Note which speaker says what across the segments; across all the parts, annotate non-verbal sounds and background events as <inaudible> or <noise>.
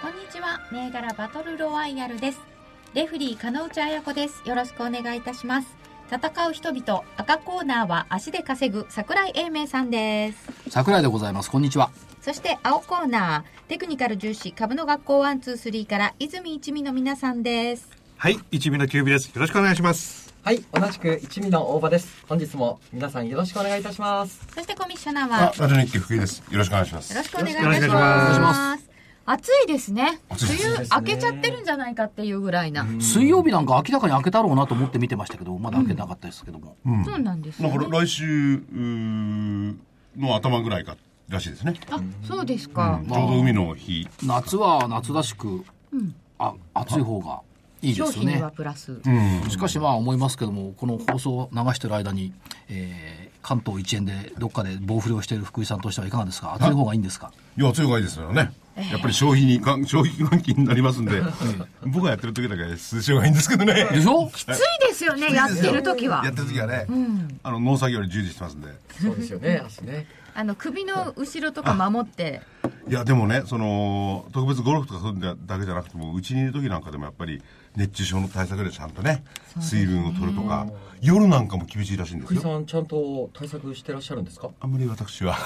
Speaker 1: こんにちは銘柄バトルロワイヤルですレフリー金内彩子ですよろしくお願いいたします戦う人々赤コーナーは足で稼ぐ桜井英明さんです
Speaker 2: 桜井でございますこんにちは
Speaker 1: そして青コーナーテクニカル重視株の学校123から泉一味の皆さんです
Speaker 3: はい、一味の九尾です。よろしくお願いします。
Speaker 4: はい、同じく一味の大場です。本日も皆さんよろしくお願いいたします。
Speaker 1: <laughs> そしてコミッショナー
Speaker 5: あ
Speaker 1: は、
Speaker 5: ラジオ日記福井です。よろしくお願いしま
Speaker 1: よ
Speaker 5: す
Speaker 1: ろ。しくお願いい
Speaker 3: よろ
Speaker 1: た
Speaker 3: しく
Speaker 1: し
Speaker 3: お願いし
Speaker 1: ます暑いですね
Speaker 5: 暑いです
Speaker 1: 梅雨明けちゃってるんじゃないかっていうぐらいな、
Speaker 2: 水曜日なんか明らかに開けたろうなと思って見てましたけどまだ開けなかったですけども、
Speaker 1: そうなんですよ、
Speaker 5: だ
Speaker 1: ね、
Speaker 5: から来週うーの頭ぐらいからしいですね。
Speaker 1: あそうですか、
Speaker 5: ちょうど海の日。
Speaker 2: 夏は夏らしく、あ暑い方がいいで
Speaker 1: 商
Speaker 2: すよ
Speaker 1: 品に
Speaker 2: ね
Speaker 1: はプラス、
Speaker 2: しかしまあ思いますけどもこの放送を流してる間に、えー関東一円でどっかで棒振りをしている福井さんとしてはいかがですか暑い方がいいんですか
Speaker 5: いや、強い方がいいですよね。やっぱり消費に、消費喚起になりますん
Speaker 1: <laughs>
Speaker 5: で、僕がやってる時だけ涼しい方がいいんですけどね。
Speaker 2: でしょ
Speaker 1: きついですよねやってる時は
Speaker 5: <laughs> やってる時はね、あの、農作業に従事してますんで。
Speaker 4: そうですよね、足ね。
Speaker 1: あの首の後ろとか守って
Speaker 5: いや、でもね、その、特別ゴルフとかそういうのだけじゃなくても、うちにいる時なんかでもやっぱり、熱中症の対策でちゃんとね、水分を取るとか、夜なんかも厳しいらしいんです
Speaker 4: 福井
Speaker 5: よ。
Speaker 4: さん、ちゃんと対策してらっしゃるんですか
Speaker 5: あんまり私 <laughs> は。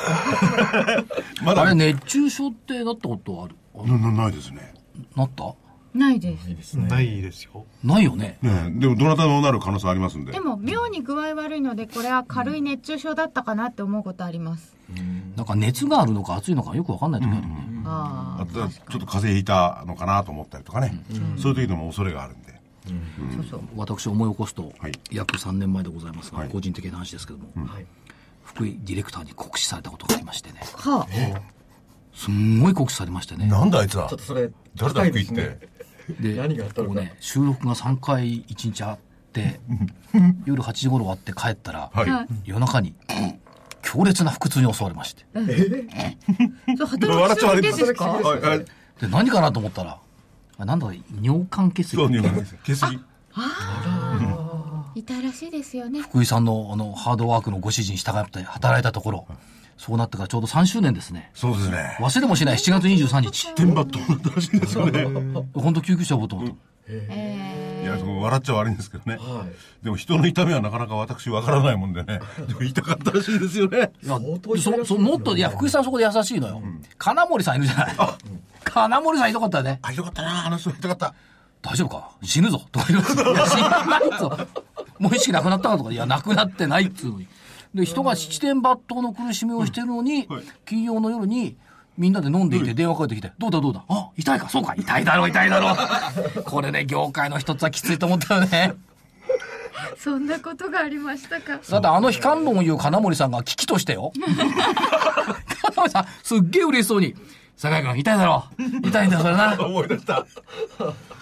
Speaker 5: ま
Speaker 2: あ
Speaker 5: だ
Speaker 2: れ熱中症ってなったことあるあ
Speaker 5: ななないですね。
Speaker 2: なった
Speaker 1: ないです
Speaker 3: ないですよ。
Speaker 2: ないよね
Speaker 5: ねえでもどなたもなる可能性ありますんで。
Speaker 1: でも妙に具合悪いのでこれは軽い熱中症だったかなって思うことあります、
Speaker 2: なんか熱があるのか暑いのかよくわかんない時あるよね、
Speaker 1: あ
Speaker 5: あとはちょっと風邪ひいたのかなと思ったりとかね。そういう時でも恐れがあるんで。
Speaker 1: あそうそう
Speaker 2: 私思い起こすと、
Speaker 5: はい
Speaker 2: 約3年前でございますが、
Speaker 5: はい
Speaker 2: 個人的な話ですけども、
Speaker 4: はい
Speaker 2: 福井ディレクターに酷使されたことがありましてね
Speaker 1: はあ
Speaker 2: すんごい酷使されましてね
Speaker 5: なんだあいつは
Speaker 4: ちょっとそれ、
Speaker 5: 誰だ
Speaker 4: 聞きた
Speaker 5: 福井
Speaker 4: いで
Speaker 5: っ
Speaker 4: すね
Speaker 5: て。。
Speaker 2: で
Speaker 4: 何があったのか
Speaker 2: こうね収録が3回1日あって夜8時頃終わって帰ったら、
Speaker 5: はい。
Speaker 1: はい
Speaker 2: 夜中に強烈な腹痛に襲われまして
Speaker 1: そう働きすぎでですか
Speaker 5: はいはい。
Speaker 2: で何かなと思ったらあなんだか尿管結
Speaker 5: そう、
Speaker 2: 石
Speaker 5: 入管です。欠席。
Speaker 1: 痛いらしいですよね
Speaker 2: 福井さんのあのハードワークのご指示に従って働いたところそうなってからちょうど3周年ですね
Speaker 5: そうですね。
Speaker 2: 忘れもしない7月23日
Speaker 5: 天馬と同じですよね。
Speaker 2: 本当救急車呼ぼうと思った、
Speaker 5: いや、その笑っちゃ悪いんですけどね。
Speaker 4: はい
Speaker 5: でも人の痛みはなかなか私わからないもんでね。でも痛かったらしいですよね。
Speaker 2: いや
Speaker 4: 相当痛いらしい
Speaker 2: そ
Speaker 4: です
Speaker 2: そ
Speaker 4: よ
Speaker 2: もっといや福井さんそこで優しいのよ、金森さんいるじゃない金森さんひどかったよね
Speaker 5: あ、痛かったな、あの人痛かった。
Speaker 2: 大丈夫か死ぬぞとか言われていや死なないぞもう意識なくなったかとかいやなくなってないっつうのにで人が七点抜刀の苦しみをしてるのに、
Speaker 5: はい
Speaker 2: 金曜の夜にみんなで飲んでいて電話かけてきて「どうだどうだあ痛いかそうか痛いだろう痛いだろう」これね業界の一つはきついと思ったよね
Speaker 1: そんなことがありましたか
Speaker 2: だってあの悲観論を言う金森さんが危機としてよ。金森さん、すっげえ嬉しそうに。酒井君、痛いだろ痛いんだよ、それな。
Speaker 5: 思い出した。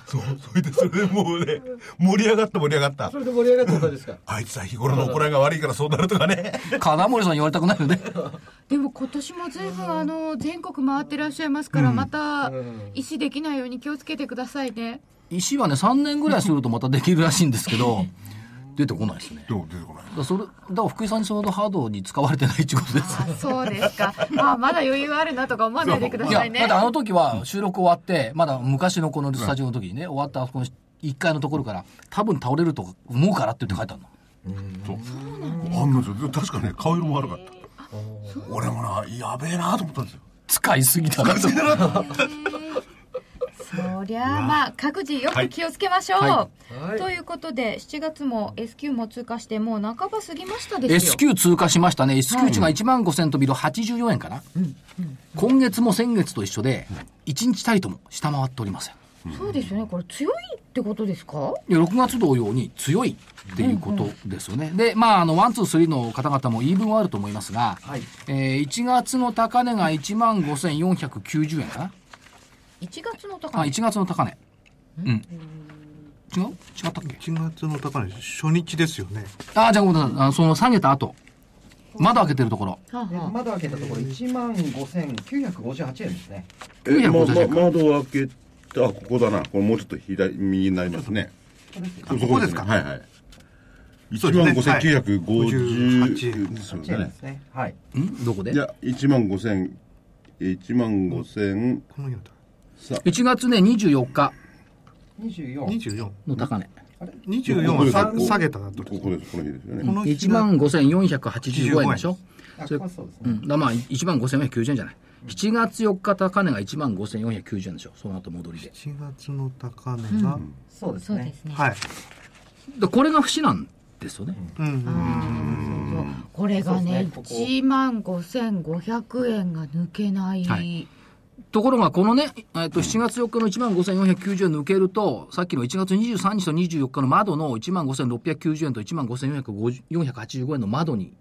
Speaker 5: そう、それで、それでもうね、盛り上がった盛り上がった
Speaker 4: そ。れで盛り上がっちゃったんですか
Speaker 5: あいつは日頃の行いが悪いからそうなるとかね。
Speaker 2: 金森さんに言われたくないよね。
Speaker 1: でも今年も随分あの全国回ってらっしゃいますから、また医師できないように気をつけてくださいね
Speaker 2: 石はね、3年ぐらいするとまたできるらしいんですけど、出てこないですね。
Speaker 5: でも出てこない。
Speaker 2: だからそれ、だから福井さんにそのハードに使われてないってことです。
Speaker 1: そうですかあまだ余裕あるなとか思わないでくだ
Speaker 2: い
Speaker 1: さ
Speaker 2: や、
Speaker 1: い
Speaker 2: だ
Speaker 1: ね
Speaker 2: ってあの時は収録終わって、まだ昔のこのスタジオの時にね、終わったあそこの1階のところから、多分倒れると思うからって言って書いてあるの。
Speaker 5: そう。あんなんですよ。確かね、顔色も悪かった。俺もな、やべえなと思ったんですよ。
Speaker 2: 使いすぎたなと。
Speaker 1: そりゃあまあ各自よく気をつけましょう、
Speaker 2: は
Speaker 4: はい
Speaker 1: ということで7月も S q も通過してもう半ば過ぎましたですよ
Speaker 2: S q 通過しましたね S q 値が1万5000飛びの84円かな、今月も先月と一緒で1日たりとも下回っておりません
Speaker 1: そうですよねこれ強いってことですか
Speaker 2: いや6月同様に強いっていうことですよね、でまああのワンツースリーの方々も言い分はあると思いますが、
Speaker 4: はい
Speaker 2: えー1月の高値が1万5490円かな
Speaker 1: 1月の
Speaker 2: あ
Speaker 1: 高値
Speaker 2: 1月の高値うん違う違ったっけ
Speaker 3: 1月の高値、初日ですよね。
Speaker 2: ああじゃあごめんなさいあその下げた後窓開けてるところ
Speaker 1: はあ
Speaker 4: で
Speaker 1: はあ
Speaker 4: 窓開けたところ1万5958円ですね。
Speaker 2: い
Speaker 6: え、
Speaker 2: や
Speaker 6: ま、
Speaker 2: ごめんなさ
Speaker 6: ま、
Speaker 2: い
Speaker 6: 窓を開けて、あ、ここだな。これもうちょっと左、右になりますね。
Speaker 3: あここですか
Speaker 6: ねはいはい。
Speaker 3: そ
Speaker 6: 一
Speaker 3: うです
Speaker 6: 万
Speaker 3: ね
Speaker 6: 五千九百五
Speaker 3: 58
Speaker 6: 十
Speaker 3: 円
Speaker 6: ですよ
Speaker 4: 8円
Speaker 6: ね
Speaker 4: で。すね。はい。
Speaker 2: んどこで
Speaker 6: いや、一万五千、一万五千、
Speaker 3: この日の高
Speaker 6: さ、
Speaker 2: 1月ね24日
Speaker 4: 24。
Speaker 3: 値。
Speaker 2: の高値
Speaker 3: 24。24はさ下げた後です
Speaker 6: ここです、この日ですよ
Speaker 3: こ
Speaker 6: ね。
Speaker 3: の日
Speaker 2: 1
Speaker 3: が
Speaker 2: 万5485円でしょ
Speaker 4: あ、
Speaker 2: それ
Speaker 4: これそうです
Speaker 2: う
Speaker 4: ね。
Speaker 2: ん、だからまあ1万5490円じゃない7月4日高値が1万5490円でしょその後戻りで
Speaker 3: 1月の高値が、
Speaker 4: そうです
Speaker 1: そう
Speaker 4: ね
Speaker 1: で。すね、
Speaker 3: はい。
Speaker 2: でこれが節なんですよね、
Speaker 3: うんうん
Speaker 1: これがね
Speaker 4: そうですねここ
Speaker 1: 1万5500円が抜けない、
Speaker 2: はいところがこのね、えっと7月4日の1万5490円抜けるとさっきの1月23日と24日の窓の1万5690円と1万5485円の窓に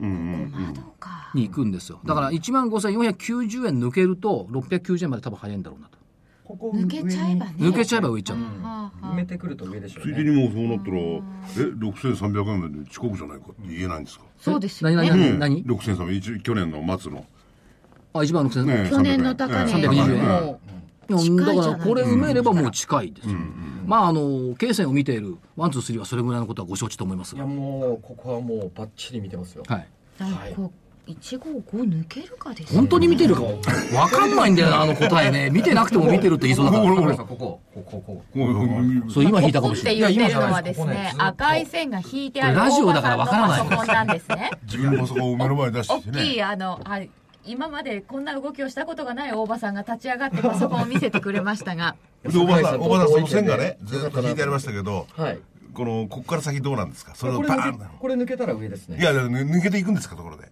Speaker 6: うんうん
Speaker 1: 窓か
Speaker 2: に行くんですよだから1万5490円抜けると690円まで多分早いんだろうなと
Speaker 4: ここ
Speaker 1: 抜けちゃえばね
Speaker 2: 抜けちゃえば上行っちゃうの、
Speaker 1: はあ
Speaker 4: 上に埋めてくると上でしょ
Speaker 6: つ
Speaker 4: う
Speaker 6: いで
Speaker 4: ね。
Speaker 6: にもうそうなったら、え、六千三百円まで遅刻じゃないかって言えないんですか。
Speaker 1: そうですよ
Speaker 2: 何々
Speaker 1: ね
Speaker 2: 何何
Speaker 6: 六千三百、一去年の末の。
Speaker 2: あ1万6000円、
Speaker 6: ね
Speaker 1: 去年の高値
Speaker 6: 300
Speaker 2: 320円
Speaker 6: うん
Speaker 1: も
Speaker 2: うん
Speaker 1: 近いじゃない
Speaker 2: だ
Speaker 1: です
Speaker 2: か
Speaker 1: から
Speaker 2: これ埋めればもう近いですよ、まああの経線を見ているワンツースリーはそれぐらいのことはご承知と思います
Speaker 4: い
Speaker 2: が
Speaker 4: や、もう、ここはもうバッチリ見てますよ。
Speaker 2: はい、
Speaker 1: だからこう1号5抜けるかです
Speaker 2: 本当に見てるか分かんないんだよなあの答えね見てなくても見てるって言いそうだか
Speaker 4: ここ
Speaker 2: ら
Speaker 4: ここ、ここ、ここ。
Speaker 6: もう
Speaker 2: <laughs> そう今引いたか
Speaker 1: こ
Speaker 2: も
Speaker 1: っ
Speaker 2: し
Speaker 1: て
Speaker 2: れ
Speaker 1: 言
Speaker 2: な
Speaker 1: っ
Speaker 2: いい
Speaker 1: て
Speaker 2: や今
Speaker 1: る
Speaker 2: じゃ
Speaker 1: の
Speaker 2: な
Speaker 1: はいです
Speaker 4: ここね
Speaker 1: ね
Speaker 4: ずっと
Speaker 1: 赤い線が引いてある
Speaker 2: これラジオだからわからない
Speaker 1: 大場さんのパソコンなんですね
Speaker 5: 自分のパソコンを目の前に出して
Speaker 2: <laughs>
Speaker 1: 大
Speaker 5: きて
Speaker 1: きい
Speaker 5: ね
Speaker 1: あのはい今までこんな動きをしたことがない大場さんが立ち上がってパソコンを見せてくれまし
Speaker 2: <laughs>
Speaker 1: たが
Speaker 5: でおばあさんおばあさんその線がね
Speaker 4: ここ
Speaker 5: ずっと引いてありましたけど
Speaker 4: はい。
Speaker 5: このここから先どうなんですかそ
Speaker 4: こ
Speaker 5: れ
Speaker 4: れ
Speaker 5: をバーン
Speaker 4: 抜け、これ抜けたら上です
Speaker 5: い
Speaker 4: ね。
Speaker 5: やいやぬ抜けていくんですかところで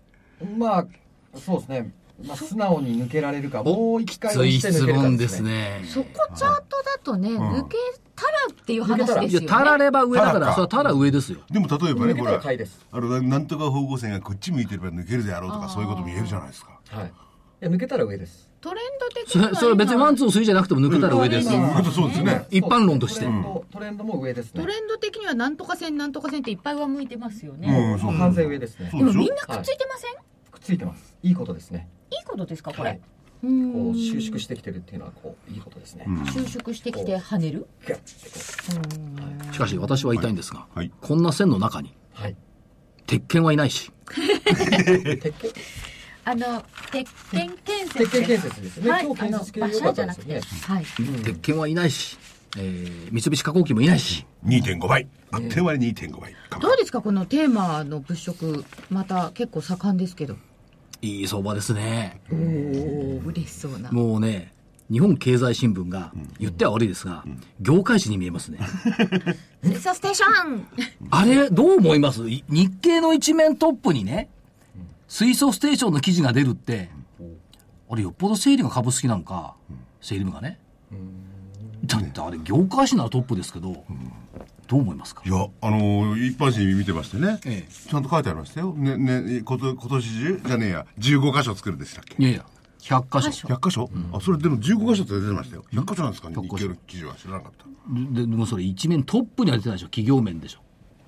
Speaker 4: まあ、そうですね。まあ、素直に抜けられるか、もう一回
Speaker 2: そう
Speaker 4: 押
Speaker 2: いい
Speaker 4: して
Speaker 2: 質
Speaker 4: 抜けるか
Speaker 2: 問
Speaker 4: で
Speaker 2: ですす
Speaker 4: ね。
Speaker 2: ね
Speaker 1: そこチャートだとね抜けたらっていう話
Speaker 4: 抜けたら
Speaker 1: で
Speaker 2: い
Speaker 1: すよ
Speaker 2: や
Speaker 1: ね
Speaker 2: たられば上だか
Speaker 5: たら
Speaker 2: ら
Speaker 5: か
Speaker 2: それはたら上ですよ
Speaker 5: でも例えばね
Speaker 4: 抜け
Speaker 5: こ
Speaker 4: た
Speaker 5: れ
Speaker 4: ら買いです
Speaker 5: あのなんとか方向線がこっち向いてれば抜けるであろうとかそういうことも言えるじゃないですか
Speaker 4: はい。いや、抜けたら上です。
Speaker 1: トレンド的
Speaker 2: そ
Speaker 1: には
Speaker 2: れそれは別にワンツースリーじゃなくても抜けたら上です
Speaker 1: うん
Speaker 5: 抜けたそうですね
Speaker 2: 一般論として
Speaker 4: トレンドトレンドも上ですね
Speaker 1: ト。レンド的にはなんとか線なんとか線っていっぱい上向いてますよ
Speaker 5: う
Speaker 1: ね、
Speaker 5: んそ
Speaker 4: も
Speaker 5: うそ
Speaker 4: う
Speaker 5: う
Speaker 4: 完全上ですね。
Speaker 5: そうでし
Speaker 1: みん
Speaker 5: ょ
Speaker 1: なくっついてません、
Speaker 4: くっついてます。いいことですね。
Speaker 1: い、いことですかこれ、
Speaker 4: はい
Speaker 1: うん
Speaker 4: こう収縮してきてるっていうのはこういいことですね。
Speaker 1: 収縮してきて跳ねる
Speaker 4: ギュッてこう
Speaker 2: しかし私は言いたいんですが、
Speaker 5: はいはい
Speaker 2: こんな線の中に
Speaker 4: はい。
Speaker 2: 鉄拳はいないし
Speaker 4: 鉄拳
Speaker 1: あの鉄拳建設
Speaker 4: 鉄拳建設ですよね。
Speaker 1: はい
Speaker 4: 今日建設系
Speaker 1: あの馬
Speaker 4: 良か
Speaker 1: 車
Speaker 4: っ
Speaker 1: じゃ
Speaker 4: たで
Speaker 1: な
Speaker 4: す
Speaker 1: く
Speaker 4: よ
Speaker 1: て
Speaker 4: ね。
Speaker 1: はい
Speaker 2: 鉄拳はいないし、えー、三菱加工機もいないし
Speaker 5: 2.5倍あっという間に2.5倍か
Speaker 1: どうですかこのテーマの物色また結構盛んですけど
Speaker 2: いい相場ですね
Speaker 1: おお嬉しそうな
Speaker 2: もうね、日本経済新聞が、言っては悪いですが、業界紙に見えますね。
Speaker 1: 水素ステーション
Speaker 2: あれ、どう思いますい日経の一面トップにね、水素ステーションの記事が出るって、あれよっぽど整理が株好きなのか、整理部がね。だってあれ、業界紙ならトップですけど、どう思いますか
Speaker 5: いや、あのー一般紙見てましてね、
Speaker 2: ええ
Speaker 5: ちゃんと書いてありましたよ。ね、ね、こと今年中じゃねえや、15箇所作るでしたっけ
Speaker 2: いやいや、100箇所。
Speaker 5: 100箇所、あ、それでも15箇所って出てましたよ。100箇所なんですかね
Speaker 2: 100箇
Speaker 5: 日
Speaker 2: 所
Speaker 5: 経の記事は知らなかっ
Speaker 2: ででもそれ一面トップには出てないでしょ、企業面でしょ。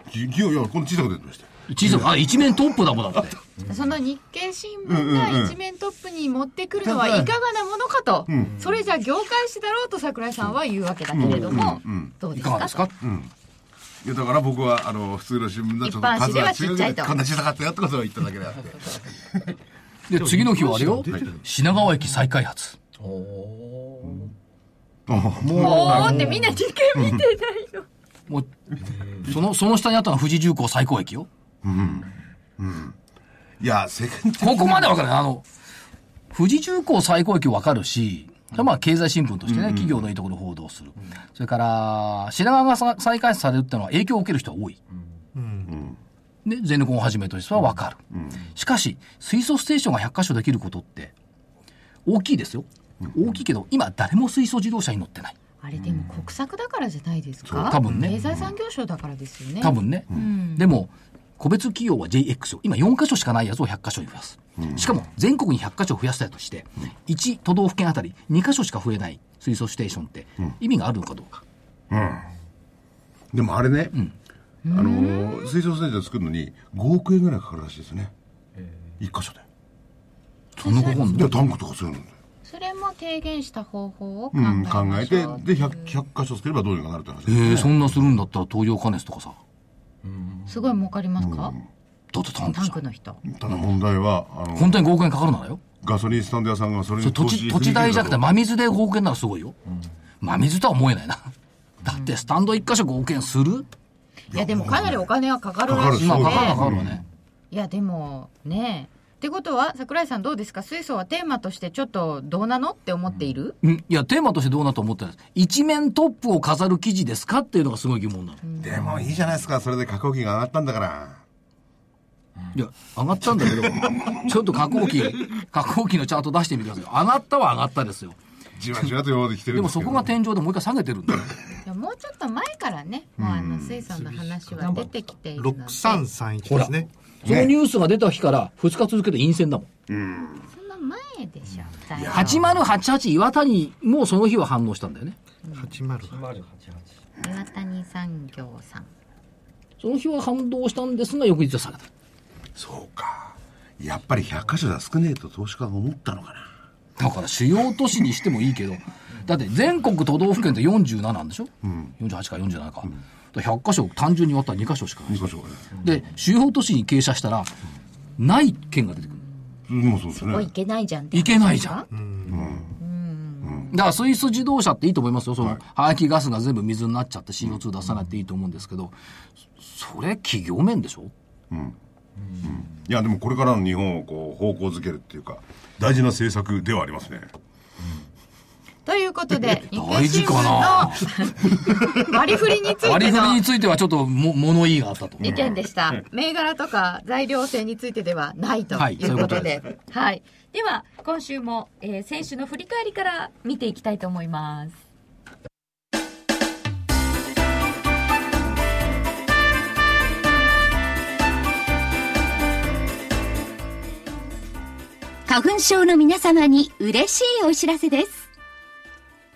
Speaker 5: た。きいや、いや、この小さく出てましたよ。
Speaker 2: 小さく、あ、一面トップだもんだって。
Speaker 1: その日経新聞が一面トップに持ってくるのはいかがなものかと、それじゃ業界紙だろうと桜井さんは言うわけだけれども、どう
Speaker 2: い
Speaker 1: です
Speaker 2: か
Speaker 1: か
Speaker 2: がですか
Speaker 5: いや、だから僕は、あの、普通の新聞だとちょっと数
Speaker 1: 一般紙
Speaker 5: が
Speaker 1: ではちっちゃい
Speaker 5: 違うけ
Speaker 1: と
Speaker 5: ど、こんな小さかったよってことを言っただけであって。
Speaker 2: で、次の日はあれよ
Speaker 3: 出てる、
Speaker 2: 品川駅再開発。
Speaker 4: おお。
Speaker 1: おーってみんな日経見てないよ
Speaker 2: もう、その、その下にあったのは富士重工最高益よ。
Speaker 5: いや、世間的
Speaker 2: ここまでわかるあの、富士重工最高益わかるし、まあ、経済新聞としてね、企業のいいところを報道する。それから、品川がさ再開発されるってのは影響を受ける人は多い。ね、ゼネコンをはじめとしてはわかる。しかし、水素ステーションが100箇所できることって、大きいですよ。大きいけど、今誰も水素自動車に乗ってない。
Speaker 1: あれでも国策だからじゃないです
Speaker 2: そう
Speaker 1: か
Speaker 2: 多分ね
Speaker 1: 経済産業省だからですよね
Speaker 2: 多分ね、
Speaker 1: ん
Speaker 2: でも個別企業は JX を、今4カ所しかないやつを100カ所に増やす。しかも、全国に100カ所増やしたとして、1都道府県あたり2カ所しか増えない水素ステーションって、意味があるのかどうか。
Speaker 6: でもあれね、あのー水素ステーション作るのに5億円ぐらいかかるらしいですね、一箇所で
Speaker 2: そんなことなん
Speaker 6: で
Speaker 2: だ。
Speaker 6: タンクとかそういうので、
Speaker 1: それも提言した方法を考え
Speaker 6: うん、
Speaker 1: ましょう、
Speaker 6: 考えてで 100, 100箇所作ればどうにかなるって話で
Speaker 2: え
Speaker 6: すね
Speaker 2: ー、そんなするんだったら東洋加熱とかさ、
Speaker 1: すごい儲かりますか、
Speaker 2: だってタンク
Speaker 1: タ
Speaker 2: じ
Speaker 1: ン
Speaker 2: ゃ
Speaker 1: ク
Speaker 2: ん。
Speaker 1: の人
Speaker 6: ただ問題はあの
Speaker 2: 本当に5億円かかるならよ。
Speaker 6: ガソリンスタンド屋さんがそれ
Speaker 2: そ
Speaker 6: に
Speaker 2: れ土
Speaker 6: 投資
Speaker 2: 地、土地代じゃなくて
Speaker 6: 踏
Speaker 2: 真水で5億円ならすごいよ。真水とは思えないな。だってスタンド1箇所5億円する
Speaker 1: いやでもかなりお金はかかるらしい
Speaker 6: かかるそう
Speaker 2: 今かかる
Speaker 6: だ
Speaker 2: かかるわね。
Speaker 1: いやでもねってことは桜井さんどうですか水素はテーマとしてちょっとどうなのって思っている、
Speaker 2: うん、いや、テーマとしてどうなと思ったんです。一面トップを飾る記事ですかっていうのがすごい疑問なの。
Speaker 6: み出るとでもいいじゃないですかそれで加工費が上がったんだから
Speaker 2: いや、上がったんだけど、ちょっと加工機、加工機のチャート出してみてください。上がったは上がったですよ。
Speaker 6: じわじわと今まで来てる
Speaker 2: で
Speaker 6: ん
Speaker 2: も
Speaker 6: ですけ
Speaker 2: そ
Speaker 6: ど
Speaker 2: こが天井でもう一回下げてるんだよ。
Speaker 1: いやもうちょっと前からねもうあの水素の話は出てきているのでそ
Speaker 3: 6331ですね。
Speaker 2: そのニュースが出た日から2日続けて陰線だもん。
Speaker 1: の前でしょだいぶ
Speaker 2: 8088岩谷もその日は反応したんだよね。
Speaker 3: 80。
Speaker 4: 丸88
Speaker 1: 岩谷産業さん
Speaker 2: その日は反動したんですが、翌日は下げた。
Speaker 6: そうかやっぱり100箇所では少ねえと投資家が思ったのかな
Speaker 2: だから主要都市にしてもいいけど、だって全国都道府県って47なんでしょ、?48 か47か。だから100箇所単純に割ったら2箇所しかない。
Speaker 6: 2箇所がね
Speaker 2: で、主要都市に傾斜したら、ない県が出てくる。
Speaker 6: もうそうです
Speaker 1: お
Speaker 6: ね
Speaker 1: いけないじゃんって
Speaker 2: いけないじゃん。だから水素自動車っていいと思いますよ。その排気ガスが全部水になっちゃって CO2 出さないっていいと思うんですけど、それ企業面でしょ
Speaker 6: いやでもこれからの日本をこう方向づけるっていうか大事な政策ではありますね
Speaker 1: ということで日経
Speaker 2: 大
Speaker 1: 新
Speaker 2: 事か
Speaker 1: 聞の <laughs> 割り振りについ
Speaker 2: 割
Speaker 1: て
Speaker 2: り振り
Speaker 1: の
Speaker 2: についてはちょっとも物言いがあったと。
Speaker 1: 意見でした。銘柄とか材料性についてではないと
Speaker 2: はい
Speaker 1: い
Speaker 2: そう
Speaker 1: う
Speaker 2: いうこ
Speaker 1: こと
Speaker 2: と
Speaker 1: で。はい。では、今週も、えー先週の振り返りから見ていきたいと思います。
Speaker 7: 花粉症の皆様に嬉しいお知らせです。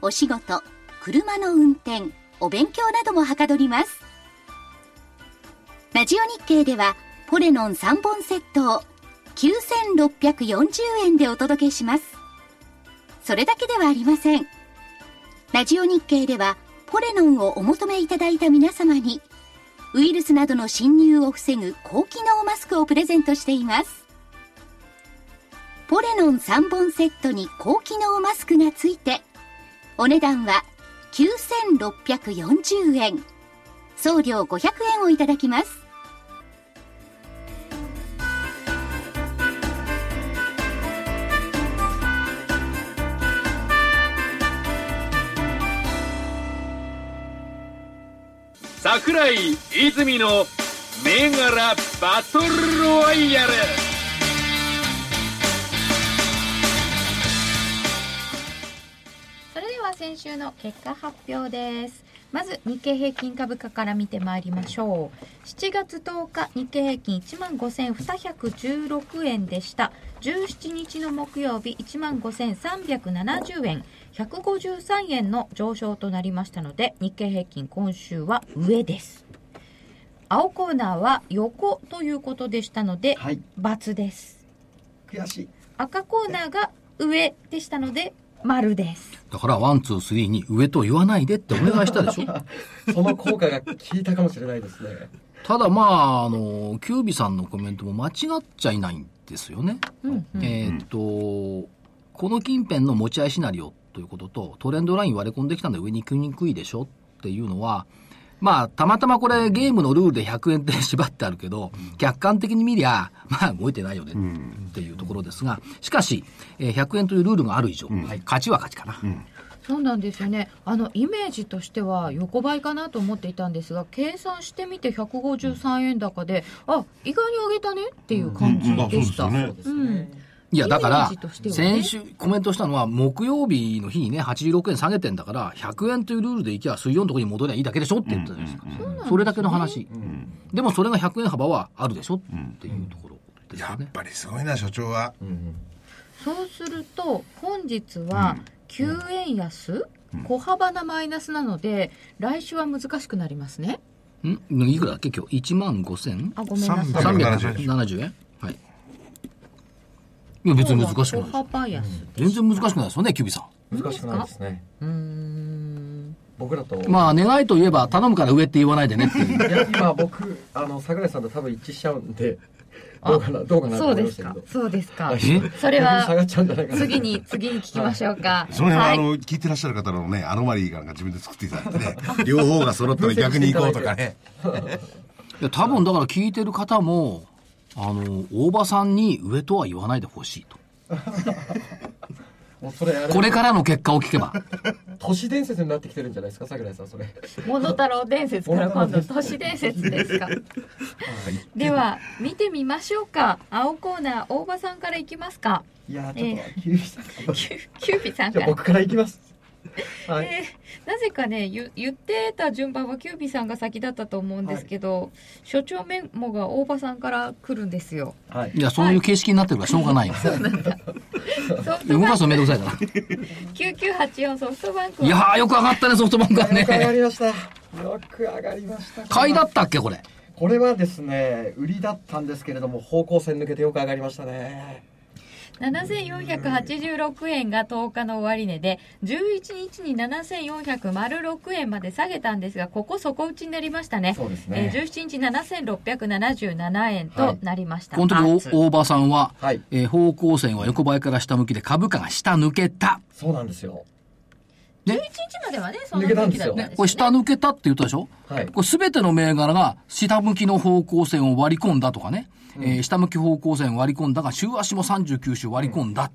Speaker 7: お仕事車の運転お勉強などもはかどりますラジオ日経ではポレノン3本セットを9640円でお届けしますそれだけではありませんラジオ日経ではポレノンをお求めいただいた皆様にウイルスなどの侵入を防ぐ高機能マスクをプレゼントしていますポレノン3本セットに高機能マスクがついてお値段は9640円送料500円をいただきます
Speaker 8: 桜井泉の銘柄バトルロワイヤル
Speaker 1: それでは先週の結果発表です。まず日経平均株価から見てまいりましょう。7月10日日経平均15,216円でした。17日の木曜日15,370円、153円の上昇となりましたので、日経平均今週は上です。青コーナーは横ということでしたので、
Speaker 4: はい
Speaker 1: ×です。
Speaker 4: 悔しい
Speaker 1: 赤コーナーが上でしたので、丸です。
Speaker 2: だから、ワン、ツー、スリーに上と言わないでってお願いしたでし
Speaker 1: <laughs>
Speaker 2: ょ
Speaker 4: その効果が効いたかもしれないですね
Speaker 2: ただ、まあ、あの、キュービさんのコメントも間違っちゃいないんですよね。
Speaker 1: うんうん
Speaker 2: えーっと、この近辺の持ち合いシナリオということと、トレンドライン割れ込んできたんで上に行きにくいでしょっていうのは、まあ、たまたまこれゲームのルールで100円って縛ってあるけど、客観的に見りゃ、まあ動いてないよねっていうところですが、しかし、えー100円というルールがある以上、はい勝ちは勝ちかな。
Speaker 1: そうなんですよねあのイメージとしては横ばいかなと思っていたんですが計算してみて153円高であ意外に上げたねっていう感じでした、うん
Speaker 5: うん
Speaker 2: いや、だか
Speaker 1: イ
Speaker 2: ら
Speaker 1: メージとして、はね
Speaker 2: 先週コメントしたのは、木曜日の日にね、86円下げてんだから、100円というルールでいきゃ、水曜のところに戻りゃいいだけでしょって言ったじゃないですか。それだけの話。でも、それが100円幅はあるでしょっていうところですよ
Speaker 5: やっ
Speaker 2: ね。
Speaker 5: ぱりすごいな、所長は。
Speaker 1: そうすると本日は9円安、小幅なマイナスなので来週は難しくなりますね
Speaker 2: んいくらだっけ今日、1万5千
Speaker 1: あごめんなさい
Speaker 5: 370
Speaker 2: ?370 円はい。いや、別に難しく
Speaker 1: 小
Speaker 2: ない。
Speaker 1: 幅安、
Speaker 2: 全然難しくないですよね、キュビさん。
Speaker 4: 難しくないですね。
Speaker 1: うーん
Speaker 4: 僕だと、
Speaker 2: まあ、願いといえば、頼むから上って言わないでねって <laughs> いう。
Speaker 4: いや今僕、あの、桜井さんと多分一致しちゃうんで、どうかな、どうかなと
Speaker 1: そう
Speaker 4: 思い
Speaker 1: で
Speaker 4: まし
Speaker 1: す
Speaker 4: た
Speaker 1: か
Speaker 4: けど。
Speaker 1: そうですか
Speaker 4: はい
Speaker 1: それ
Speaker 4: <laughs> 下がっ
Speaker 1: は
Speaker 4: ちゃうんじゃないかな。
Speaker 1: 次に次に聞きましょうか
Speaker 5: その辺は、
Speaker 1: は
Speaker 5: あ
Speaker 1: い
Speaker 5: の、聞いてらっしゃる方のね、アノマリーかなんか自分で作っていただいてね、 <laughs> 両方が揃ったら逆に行こうとかね。
Speaker 2: いや多分だから聞いてる方も、あの、大場さんに上とは言わないでほしいと。
Speaker 4: もうそれあれ、
Speaker 2: これからの結果を聞けば。
Speaker 4: 都市伝説になってきてるんじゃないですか、桜井さん、それ。
Speaker 1: モノタロウ伝説から今度都市伝説です
Speaker 4: <laughs>
Speaker 1: かでは見てみましょうか青コーナー大場さんからいきますか
Speaker 4: いやー、
Speaker 1: え
Speaker 4: ち
Speaker 1: え
Speaker 4: ょっと、急にしたかった
Speaker 1: キュキューピーさん
Speaker 4: じ
Speaker 1: か
Speaker 4: ゃあ
Speaker 1: ら
Speaker 4: 僕から行きます。はい。
Speaker 1: えーなぜかねゆ言ってた順番はキュービーさんが先だったと思うんですけど、所長メモが大場さんから来るんです
Speaker 4: <laughs>
Speaker 1: よ。
Speaker 4: はい
Speaker 2: い。や、そういう形式になってるからしょうがないよ。
Speaker 1: ソフト
Speaker 2: 動
Speaker 1: バン
Speaker 2: か
Speaker 1: ク
Speaker 2: すのめんどくさいか
Speaker 1: 9984ソフトバンク
Speaker 2: ら。いやー、よく上がったね、ソフトバンクは
Speaker 4: よく上が
Speaker 2: ね。
Speaker 4: りました。よく上がりました。
Speaker 2: 買いだったっけ、これ。
Speaker 4: これはですね、売りだったんですけれども、方向線抜けてよく上がりましたね。
Speaker 1: 7486円が10日の終値で11日に7406円まで下げたんですがここ底打ちになりましたね
Speaker 4: そうですね
Speaker 1: えー17日7677円となりました、
Speaker 2: この時、
Speaker 1: あ
Speaker 2: お大場さんは、
Speaker 4: はい
Speaker 2: えー方向線は横ばいから下向きで株価が下抜けた。
Speaker 4: そうなんですよ。
Speaker 1: 11日まではねそんな時だったんですよ
Speaker 4: 抜けたんですよ
Speaker 1: ね
Speaker 4: ね
Speaker 2: これ下抜けたって言ったでしょ
Speaker 4: はい
Speaker 2: これ全ての銘柄が下向きの方向線を割り込んだとかね、えー下向き方向線を割り込んだが、週足も39週割り込んだ。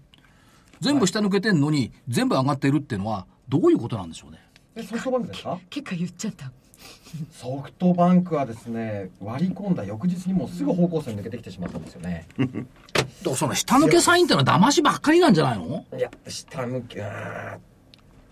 Speaker 2: 全部下抜けてんのに、全部上がってるっていうのは、どういうことなんでしょうね。
Speaker 4: でソフトバンクですか
Speaker 1: 結果言っちゃった
Speaker 4: ソフトバンクはですね、割り込んだ翌日にもうすぐ方向線抜けてきてしまったんですよね。
Speaker 2: だからその下抜けサインってのは騙しばっかりなんじゃないの
Speaker 4: いや、下向き、あー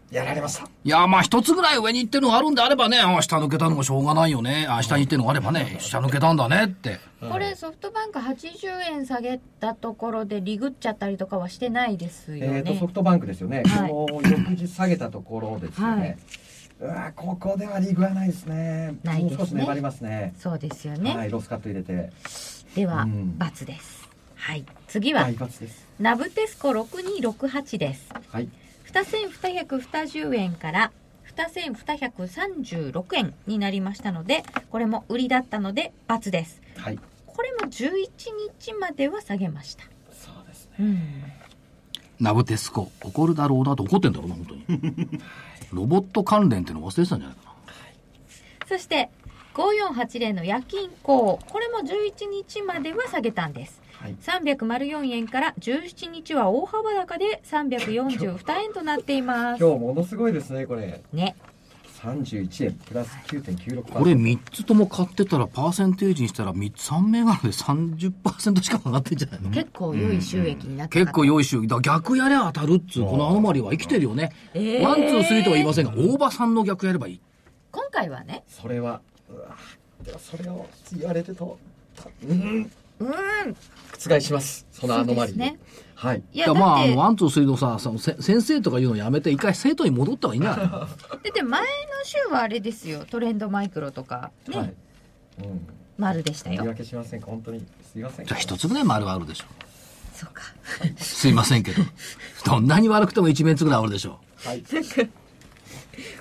Speaker 4: やられました。
Speaker 2: いや、まあ一つぐらい上に行ってるのがあるんであればね、ああ下抜けたのもしょうがないよね。ああ下に行ってるのがあればね、下抜けたんだねって。
Speaker 1: これソフトバンク80円下げたところでリグっちゃったりとかはしてないですよ
Speaker 4: え
Speaker 1: ね
Speaker 4: ー、とソフトバンクですよね、
Speaker 1: はい
Speaker 4: この翌日下げたところですよね、うわーここではリーグはないですね
Speaker 1: ないですね
Speaker 4: もう少し粘りますね
Speaker 1: そうですよね、
Speaker 4: はいロスカット入れて
Speaker 1: では、
Speaker 4: うん
Speaker 1: ×ですはい次は、
Speaker 4: 大罰です
Speaker 1: ナブテスコ6268です
Speaker 4: はい
Speaker 1: 2220円から2236円になりましたのでこれも売りだったので×です
Speaker 4: はい
Speaker 1: これも11日までは下げました
Speaker 4: そうですね
Speaker 1: うん
Speaker 2: ナブテスコ、怒るだろうなと怒ってんだろうな、本当に。
Speaker 1: <laughs>
Speaker 2: ロボット関連っていうの忘れてたんじゃないかな。
Speaker 1: そして5480の夜勤行これも11日までは下げたんです
Speaker 4: はい
Speaker 1: 304円から17日は大幅高で342円となっています
Speaker 4: 今日ものすごいですねこれ
Speaker 1: ね
Speaker 4: 31円プラス9.96%
Speaker 2: これ3つとも買ってたら、パーセンテージにしたら、3つ、3銘柄で30%しか上がってんじゃないの
Speaker 1: 結構良い収益になって
Speaker 2: 結構良い収益。だから逆やりゃ当たるっつう、このアノマリーは生きてるよね。
Speaker 1: えー
Speaker 2: ワン、ツー、スリーとは言いませんが、大場さんの逆やればいい。
Speaker 1: 今回はね
Speaker 4: それはうわーではそれを言われてとたうん
Speaker 1: うーん
Speaker 4: 覆しますそのアノマリー
Speaker 1: そうですね
Speaker 4: はい
Speaker 1: い
Speaker 2: いや、
Speaker 1: やだ
Speaker 2: まあ、
Speaker 1: っ
Speaker 2: あ
Speaker 1: て、
Speaker 2: の、ワン、ツー、スリーのさ、そのせ先生とか言うのやめて、一回生徒に戻った方がいいんじゃないの
Speaker 1: だって前の週はあれですよトレンドマイクロとかね、
Speaker 4: はいうん
Speaker 1: 丸でした
Speaker 4: 言い
Speaker 1: よ
Speaker 4: 訳しませんか本当にすいません
Speaker 2: じゃあ一つぐらい丸はあるでしょ
Speaker 1: そうか
Speaker 2: う。すいませんけど。どんなに悪くても一面つぐらいあるでしょ
Speaker 4: はい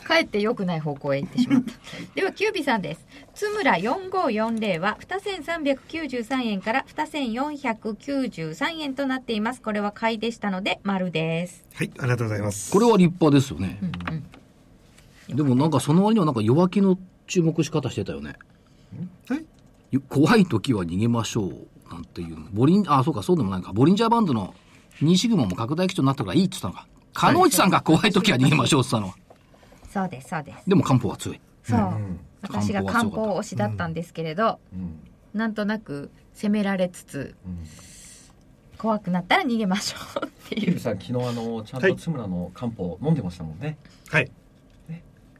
Speaker 1: かえって良くない方向へ行ってしまった <laughs> ではキュービさんです津村4540は2393円から2493円となっていますこれは買いでしたので丸です
Speaker 3: はい、ありがとうございま
Speaker 2: う。
Speaker 3: す。
Speaker 2: これは立派ですよね。でもなんかその割にはなんか弱気の注目し方してたよね。
Speaker 3: え
Speaker 2: ゆ怖い時は逃げましょう。なんていうの。ボリン、あ、そうか、そうでもないか。ボリンジャーバンドの2シグマも拡大基調になったからいいって言ったのか。カノイチさんが怖い時は逃げましょうって言ったのは。
Speaker 1: そうですそうです
Speaker 2: でも漢方は強い。
Speaker 1: そう、
Speaker 4: ん
Speaker 1: 私が漢方推しだったんですけれど、
Speaker 4: うん
Speaker 1: なんとなく責められつつ
Speaker 4: うん
Speaker 1: 怖くなったら逃げましょうって
Speaker 4: ゆ
Speaker 1: いうう
Speaker 4: さん昨日あのちゃんと
Speaker 3: はい
Speaker 4: 津村の漢方飲んでましたもんね。
Speaker 3: はい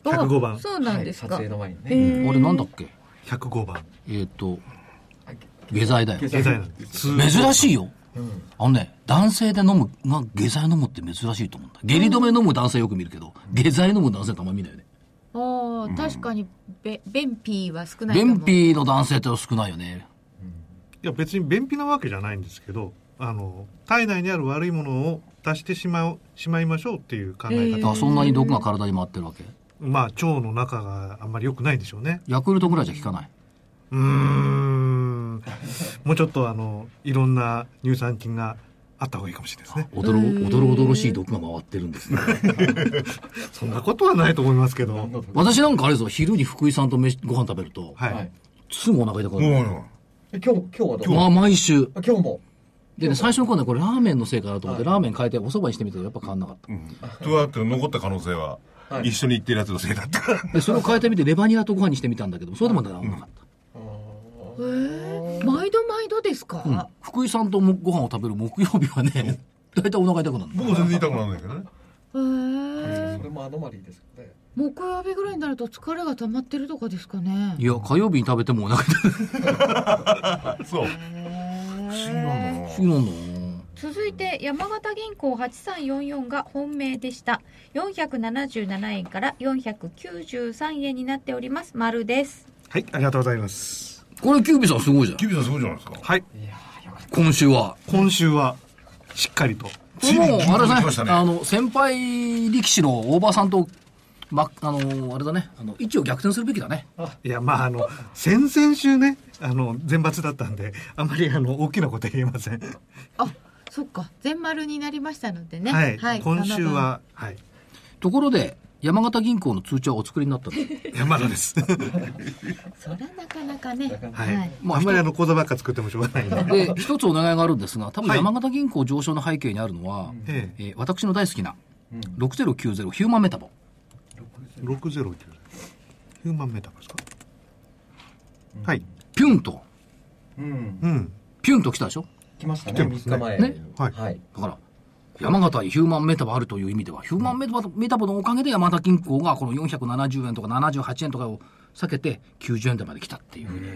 Speaker 3: 105番
Speaker 1: あそうなんですか、
Speaker 4: はい撮影の前に
Speaker 1: へ
Speaker 4: ね。
Speaker 1: ー
Speaker 2: 俺なんだっけ
Speaker 3: 105番
Speaker 2: えっと、下剤だよ。
Speaker 3: デザイナーです
Speaker 2: 珍しいよ。
Speaker 4: うん
Speaker 2: あのね、男性で飲む、まあ、下剤飲むって珍しいと思うんだ。下痢止め飲む男性よく見るけど、下剤飲む男性ってあんま見ないよね。
Speaker 1: あー確かにべ便秘は少ないかも
Speaker 2: 便秘の男性って少ないよね。
Speaker 3: いや別に便秘なわけじゃないんですけどあの体内にある悪いものを出してしまうしまいましょうっていう考え
Speaker 1: へ
Speaker 2: だ
Speaker 3: 方、
Speaker 2: からそんなに毒が体に回ってるわけ。
Speaker 3: まあ腸の中があんまり良くないんでしょうね
Speaker 2: ヤクルトぐらいじゃ効かない。
Speaker 3: うーんもうちょっとあのいろんな乳酸菌があった方がいいかもしれないですね
Speaker 2: おどろ、おどろおどろしい毒が回ってるんですね。
Speaker 3: そんなことはないと思いますけど
Speaker 2: <laughs> 私なんかあれですよ、昼に福井さんと飯ご飯食べると、
Speaker 3: はい、
Speaker 4: はい。
Speaker 2: すぐお腹痛くなる。
Speaker 6: も
Speaker 4: え今日今日はどう？
Speaker 2: まあ、毎週。
Speaker 4: あ今日も。
Speaker 2: でね、最初の頃ね、これラーメンのせいかなと思って、ラーメン変えてお蕎麦にしてみたけど、やっぱ変わんなかっ
Speaker 6: う、うん、とだって残った可能性は、
Speaker 4: はい
Speaker 6: 一緒に行ってるやつのせいだったから
Speaker 2: た。で、それを変えてみて、レバニラとご飯にしてみたんだけど、それでもまだ合わなかった。
Speaker 1: えー、毎度毎度ですか、
Speaker 2: うん福井さんともご飯を食べる木曜日はね、 <laughs> 大体お腹痛くなるの
Speaker 6: 僕は全然痛くならないけどね
Speaker 1: えー
Speaker 4: それもアノマリーですかね。
Speaker 1: 木曜日ぐらいになると疲れが溜まってるとかですかね
Speaker 2: いや、火曜日に食べてもお腹痛くなる。
Speaker 6: そう不思議なんだな
Speaker 2: 不思議なんだ
Speaker 1: 続いて山形銀行8344が本命でした477円から493円になっております丸です
Speaker 3: はい、ありがとうございます
Speaker 2: なこれ、キュービーさんすごいじゃん
Speaker 6: キ。ビさんすごいじゃないですか
Speaker 3: はい
Speaker 2: 今週は。
Speaker 3: 今週はしっかりと
Speaker 2: これもう、あれ
Speaker 6: 来
Speaker 2: だ
Speaker 6: ました
Speaker 2: ね、
Speaker 6: ね
Speaker 2: あの、先輩力士の大場さんと、ま、あの、あれだね、あの、位置を逆転するべきだね。
Speaker 3: いやまああの先々週ねあの全抜だったんであんまりあの大きなことは言えません、
Speaker 1: あそっか全丸になりましたのでね
Speaker 3: はい、今週ははい
Speaker 2: ところで、山形銀行の通帳はお作りになったの。
Speaker 3: いやまだ <laughs> です
Speaker 1: そりゃなかなかね
Speaker 3: はい、
Speaker 2: まあ
Speaker 3: あ、んまりあの講座ばっか作ってもしょうがないんで、 <laughs>
Speaker 2: で、一つお願いがあるんですが、多分
Speaker 3: はい
Speaker 2: 山形銀行上昇の背景にあるのは、
Speaker 3: ええ、
Speaker 2: えー私の大好きな
Speaker 4: うん
Speaker 2: 6090ヒューマンメタボ。
Speaker 3: 609ヒューマンメタバーですか、はい
Speaker 2: ピュンと、
Speaker 4: うん。
Speaker 3: うん
Speaker 2: ピュンと来たでしょ
Speaker 4: 来ました
Speaker 3: 来
Speaker 4: ね。
Speaker 3: てます
Speaker 4: 3
Speaker 3: ね
Speaker 4: 日前。
Speaker 2: ね
Speaker 3: はい
Speaker 4: はい。
Speaker 2: だから、山形にヒューマンメタボあるという意味では、ヒューマンメタボメタボのおかげで山形銀行がこの470円とか78円とかを避けて90円台まで来たっていうふうに。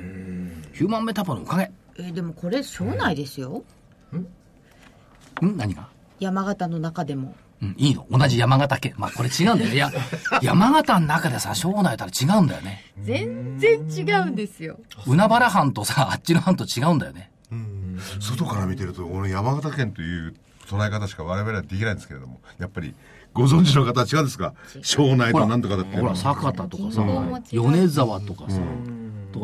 Speaker 2: ヒューマンメタボのおかげ。
Speaker 1: えーでもこれ省内ですよ
Speaker 2: ん何が
Speaker 1: 山形の中でも
Speaker 2: うん、いいの同じ山形県。まあ、これ違うんだよね。
Speaker 6: <laughs>
Speaker 2: いや、山形の中でさ、庄内とは違うんだよね。
Speaker 1: 全然違うんですよ
Speaker 2: 海原藩とさ、あっちの藩と違うんだよね。
Speaker 3: うん
Speaker 6: 外から見てるとこの山形県という捉え方しか我々はできないんですけれどもやっぱりご存知の方は違うんですか庄内
Speaker 2: ほ
Speaker 6: と
Speaker 2: ら、
Speaker 6: なんとかだって
Speaker 2: ほら、坂田とかさ
Speaker 1: 銀行も違う、
Speaker 2: 米沢とかさ、だ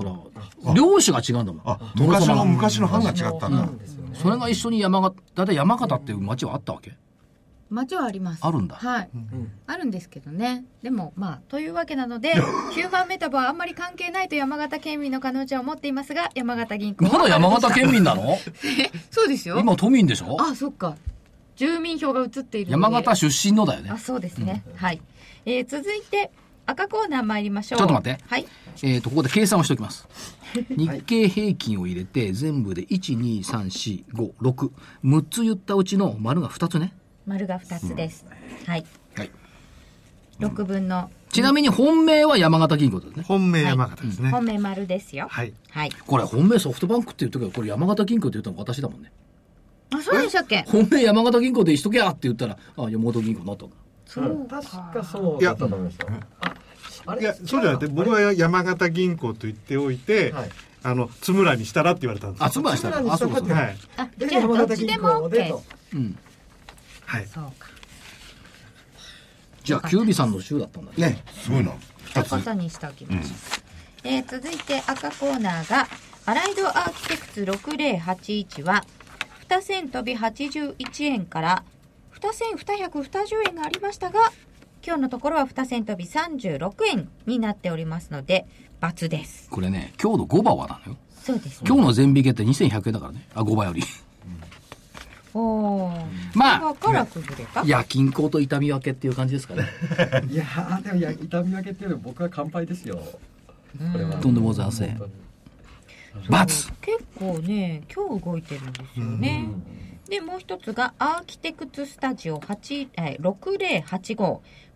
Speaker 2: から、漁師が違うんだもん。
Speaker 6: あ
Speaker 2: 殿様
Speaker 6: 昔
Speaker 2: が
Speaker 6: の昔の藩が違ったんだ
Speaker 4: なんですよね。
Speaker 2: それが一緒に山形、だいたい山形っていう町はあったわけ
Speaker 1: 町はあります
Speaker 2: あるんだ
Speaker 1: はい、あるんですけどねでもまあというわけ
Speaker 2: <laughs>
Speaker 1: なのでヒューマンメタボはあんまり関係ないと山形県民の可能性を持っていますが山形銀行
Speaker 2: まだ山形県民なの
Speaker 1: <laughs> そうですよ
Speaker 2: 今都民でしょ
Speaker 1: あそっか住民票が移っているの
Speaker 2: 山
Speaker 1: で
Speaker 2: 形出身のだよね
Speaker 1: あ。そうですね、はい、えー、続いて赤コーナー参りましょう
Speaker 2: ちょっと待って
Speaker 1: はい
Speaker 2: えっ、と、ここで計算をしておきます。日経平均を入れて、全部で1、2、3、4、5、6。6つ言ったうちの丸が2つね。
Speaker 1: 丸が二つです、はい
Speaker 2: はい
Speaker 1: 六分の
Speaker 2: ちなみに本命は山形銀行だよね。
Speaker 3: 本命山形ですね、
Speaker 1: 本命丸ですよ
Speaker 3: はい
Speaker 1: はい
Speaker 2: これ本命ソフトバンクっていう時は、これ山形銀行って言ったの私だもんね。
Speaker 1: あそうでしたっけ
Speaker 2: 本命山形銀行でしとけやって言ったら、あ、山形銀行になったんだ。
Speaker 4: そう確かそうだったと思いました。ああれ
Speaker 3: いやそうじゃなくて僕は山形銀行と言っておいて、
Speaker 4: はい
Speaker 3: あの津村にしたらって言われたんです
Speaker 2: あ、つまりしたら、あ、そうかそうか。
Speaker 3: はい
Speaker 1: あじゃあどっちでも OK
Speaker 2: うん。
Speaker 3: はい
Speaker 1: そうか
Speaker 2: じゃあ、キュービさんの週だったんだね。
Speaker 6: ねすごいな
Speaker 1: 二ことにしておきます、えー続いて赤コーナーがアライドアーキテクツ6081は2線飛び81円から2千210円がありましたが今日のところは2銭飛び36円になっておりますので、×です。
Speaker 2: これね、今日の5番はなのよ。
Speaker 1: そうですね。
Speaker 2: 今日の全引けって2100円だからね。あ、5倍より。
Speaker 1: おー。
Speaker 2: まあ
Speaker 1: 今から崩れた、
Speaker 2: 夜勤行と痛み分けっていう感じですかね。
Speaker 4: いやーでもいや痛み分けっていうのは僕は乾杯ですよ
Speaker 1: うん
Speaker 4: これは
Speaker 2: とんでもございません
Speaker 4: 本
Speaker 2: 罰
Speaker 1: 結構ね、今日動いてるんですよ
Speaker 4: 当に
Speaker 1: ね。で、もう一つが、アーキテクツスタジオ8えー6085。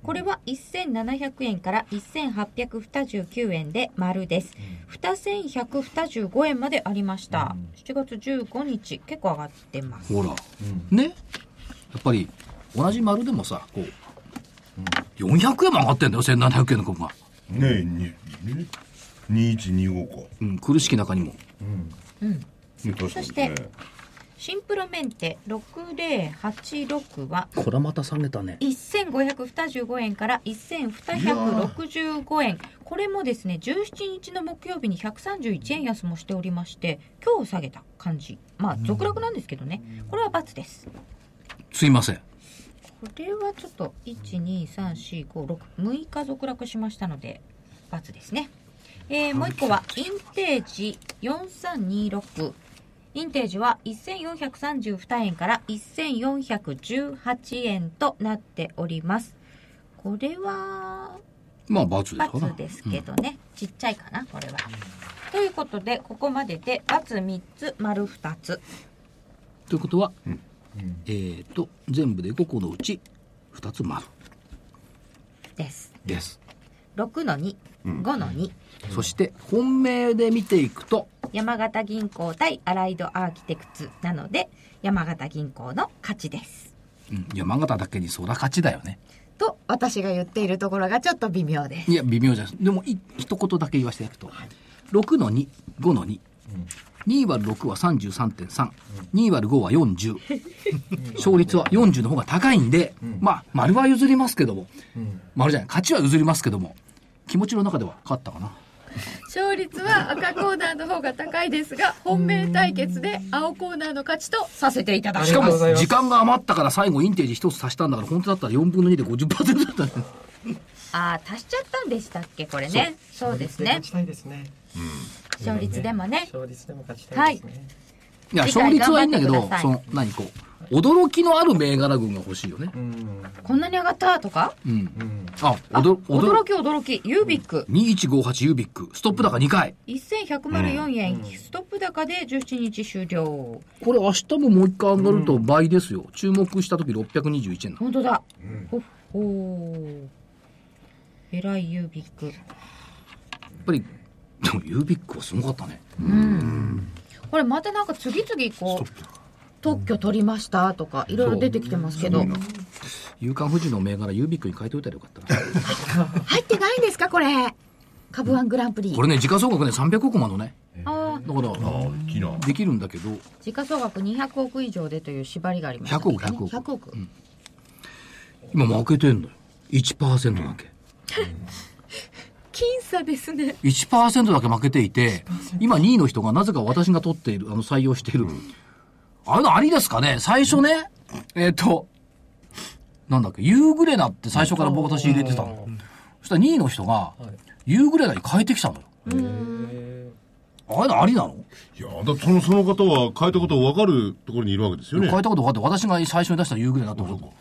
Speaker 1: これは1700円から1829円で丸です。2125円までありました。7月15日、結構上がってます。
Speaker 2: ほら。ね。やっぱり、同じ丸でもさ、こう、400円も上がってんだよ、1700円の株が。
Speaker 6: ねえにね2125か
Speaker 2: うん、苦しき中にも。
Speaker 6: ね確か
Speaker 1: そ
Speaker 6: に
Speaker 1: して
Speaker 6: ね
Speaker 1: シンプロメンテ6086は、
Speaker 2: こらまた下げたね。
Speaker 1: 1525円から1265円これもですね17日の木曜日に131円安もしておりまして今日下げた感じまあ続落なんですけどねこれは×です
Speaker 2: すいません。
Speaker 1: これはちょっと1234566日続落しましたので×ですねえーもう一個はインテージ4326インテージは1432円から1418円となっておりますこれは
Speaker 2: まあ、罰ですから。
Speaker 1: ×ですけどね、ちっちゃいかなこれはということでここまでで×3 つ丸2つ
Speaker 2: ということは、えっ、と、全部で5個のうち、2つ丸
Speaker 1: です
Speaker 2: です。
Speaker 1: 6の25の2、
Speaker 2: そして、本命で見ていくと、
Speaker 1: 山形銀行対アライドアーキテクツなので山形銀行の勝ちです
Speaker 2: うん、山形だけにそら勝ちだよね。
Speaker 1: と私が言っているところがちょっと微妙です
Speaker 2: いや、微妙じゃないです。でも、い一言だけ言わせていただくと、6の2、5の2。2割る6は33.3、2割る5は40。勝率は40の方が高いんで、まあ、丸は譲りますけども、丸じゃない、勝ちは譲りますけども、気持ちの中では勝ったかな。
Speaker 9: 勝率は赤コーナーの方が高いですが本命対決で青コーナーの勝ちと
Speaker 1: させていただ
Speaker 2: しか
Speaker 4: ありがと
Speaker 2: も
Speaker 4: うござい、ます
Speaker 2: 時間が余ったから最後インテージ一つ足したんだから、本当だったら4分の2で50%だったね。
Speaker 1: ああ足しちゃったんでしたっけこれねそうですね
Speaker 4: 勝ちたいですね
Speaker 1: 勝率でもね
Speaker 4: 勝率でも勝ちたいですね、
Speaker 2: いや、
Speaker 1: 次
Speaker 2: 勝
Speaker 1: 回
Speaker 2: 率はいいんだけ
Speaker 1: 頑張っ
Speaker 2: ど
Speaker 1: てくださ、い
Speaker 2: その、何こう、驚きのある銘柄群が欲しいよね。
Speaker 4: うん
Speaker 1: こんなに上がったとか
Speaker 2: うん。
Speaker 4: うん
Speaker 2: あ、驚、驚
Speaker 1: 驚き驚きユービック
Speaker 2: 2158ユービック、ストップ高2回。
Speaker 1: 1104円、ストップ高で17日終了
Speaker 2: これ明日ももう一回上がると倍ですよ。注目した時621円だ。
Speaker 1: 本当だ、ほほーえらいユービック
Speaker 2: やっぱり、でもユービックはすごかったね。
Speaker 1: これまたなんか次々こう特許取りましたとかいろいろ出てきてますけど
Speaker 2: 夕刊富士の銘柄ユービックに変えておいたらよかったな。
Speaker 9: 入ってないんですかこれ株ワングランプリ
Speaker 2: これね、時価総額ね300億もあるのね。
Speaker 1: ああ
Speaker 2: だから、
Speaker 6: あ大きいな
Speaker 2: できるんだけど、
Speaker 1: 時価総額200億以上でという縛りがありました
Speaker 2: 100億100億
Speaker 1: 100億
Speaker 2: 今負けてんのよ。1%だけ。
Speaker 9: 僅差ですね
Speaker 2: 1%だけ負けていて、今2位の人がなぜか私が取っている、あの採用している。あれのありですかね最初ね、えっ、と、なんだっけ、夕暮れなって最初から僕私入れてたの。そしたら2位の人が、夕暮れなに変えてきたのよ。あれのありなの
Speaker 6: いやだってそのその方は変えたこと分かるところにいるわけですよ
Speaker 2: 変え
Speaker 6: ね
Speaker 2: たこと分かって、私が最初に出した夕暮れなってこと。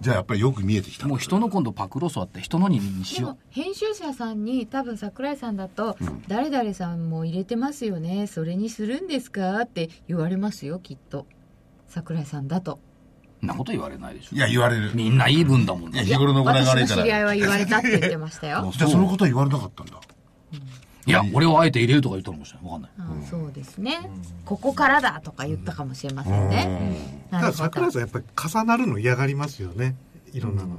Speaker 6: じゃあやっぱりよく見えてきた
Speaker 2: もう人の今度パクロスあって、人のにし
Speaker 9: で
Speaker 2: よ
Speaker 9: も編集者さんに多分桜井さんだと「誰々さんも入れてますよねそれにするんですか?」って言われますよきっと桜井さんだと
Speaker 2: う。んなこと言われないでしょ。
Speaker 6: いや言われる
Speaker 2: みんないい分だもん
Speaker 6: いや
Speaker 2: ね。
Speaker 6: 日頃の行いが
Speaker 9: 私
Speaker 6: 悪い
Speaker 9: の
Speaker 6: か
Speaker 9: 知
Speaker 6: ら
Speaker 9: り合い
Speaker 6: じ
Speaker 9: は言われたって言ってましたよ
Speaker 6: ゃあそのことは言われなかったんだ
Speaker 2: いや、俺はあえて入れるとか言ったのかもしれない。わかんない。
Speaker 9: ああそうですね、ここからだとか言ったかもしれませんね、
Speaker 3: た
Speaker 9: な
Speaker 3: だ
Speaker 9: るほ
Speaker 3: 桜井
Speaker 9: ど
Speaker 3: さんやっぱり重なるの嫌がりますよねいろんなの、
Speaker 2: い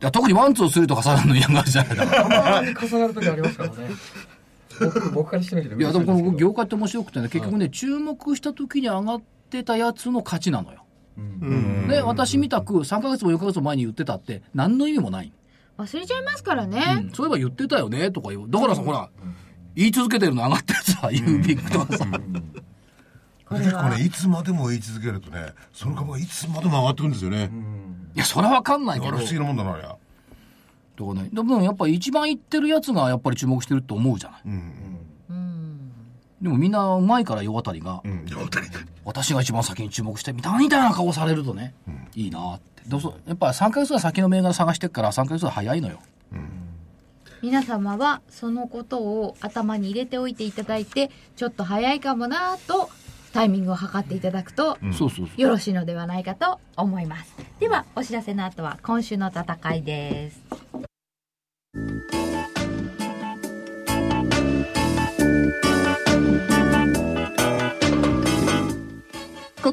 Speaker 2: や、特にワンツースリーとかさらの嫌がるじゃないだから。
Speaker 4: たまに重なる時ありますからね僕僕からしてみると
Speaker 2: いや、で
Speaker 4: 嬉し
Speaker 2: もこ
Speaker 4: ですけ
Speaker 2: の
Speaker 4: ど
Speaker 2: 業界って面白くてね、結局ね、注目した時に上がってたやつの勝ちなのよ。
Speaker 3: うん
Speaker 2: で、私みたく3ヶ月も4ヶ月も前に言ってたって、何の意味もない。
Speaker 9: 忘れちゃいますから
Speaker 2: う
Speaker 9: ね、
Speaker 2: んそういえば言ってたよね、とか言う。だからさ、ほら、言い続けてるの上がってるさ、ユービックとかさ。
Speaker 6: 結構ねいつまでも言い続けるとねその株がいつまでも上がってくるんですよね
Speaker 2: いや、それはわかんない
Speaker 6: あ
Speaker 2: け
Speaker 6: れ
Speaker 2: ど
Speaker 6: 不思、議なもんだなあれ
Speaker 2: だからね、でもやっぱり一番行ってるやつがやっぱり注目してると思うじゃない。
Speaker 5: うん。
Speaker 9: うん
Speaker 2: でもみんなうまいから世渡りが、
Speaker 5: うん。本当に。
Speaker 2: 私が一番先に注目してみたいみたいな顔されるとね、いいなって。でもそうやっぱ3ヶ月は先の銘柄探してっから3ヶ月は早いのよ。
Speaker 9: 皆様はそのことを頭に入れておいていただいてちょっと早いかもなぁとタイミングを測っていただくと
Speaker 2: そうそうそう。
Speaker 9: よろしいのではないかと思いますではお知らせの後は今週の戦いです
Speaker 7: こ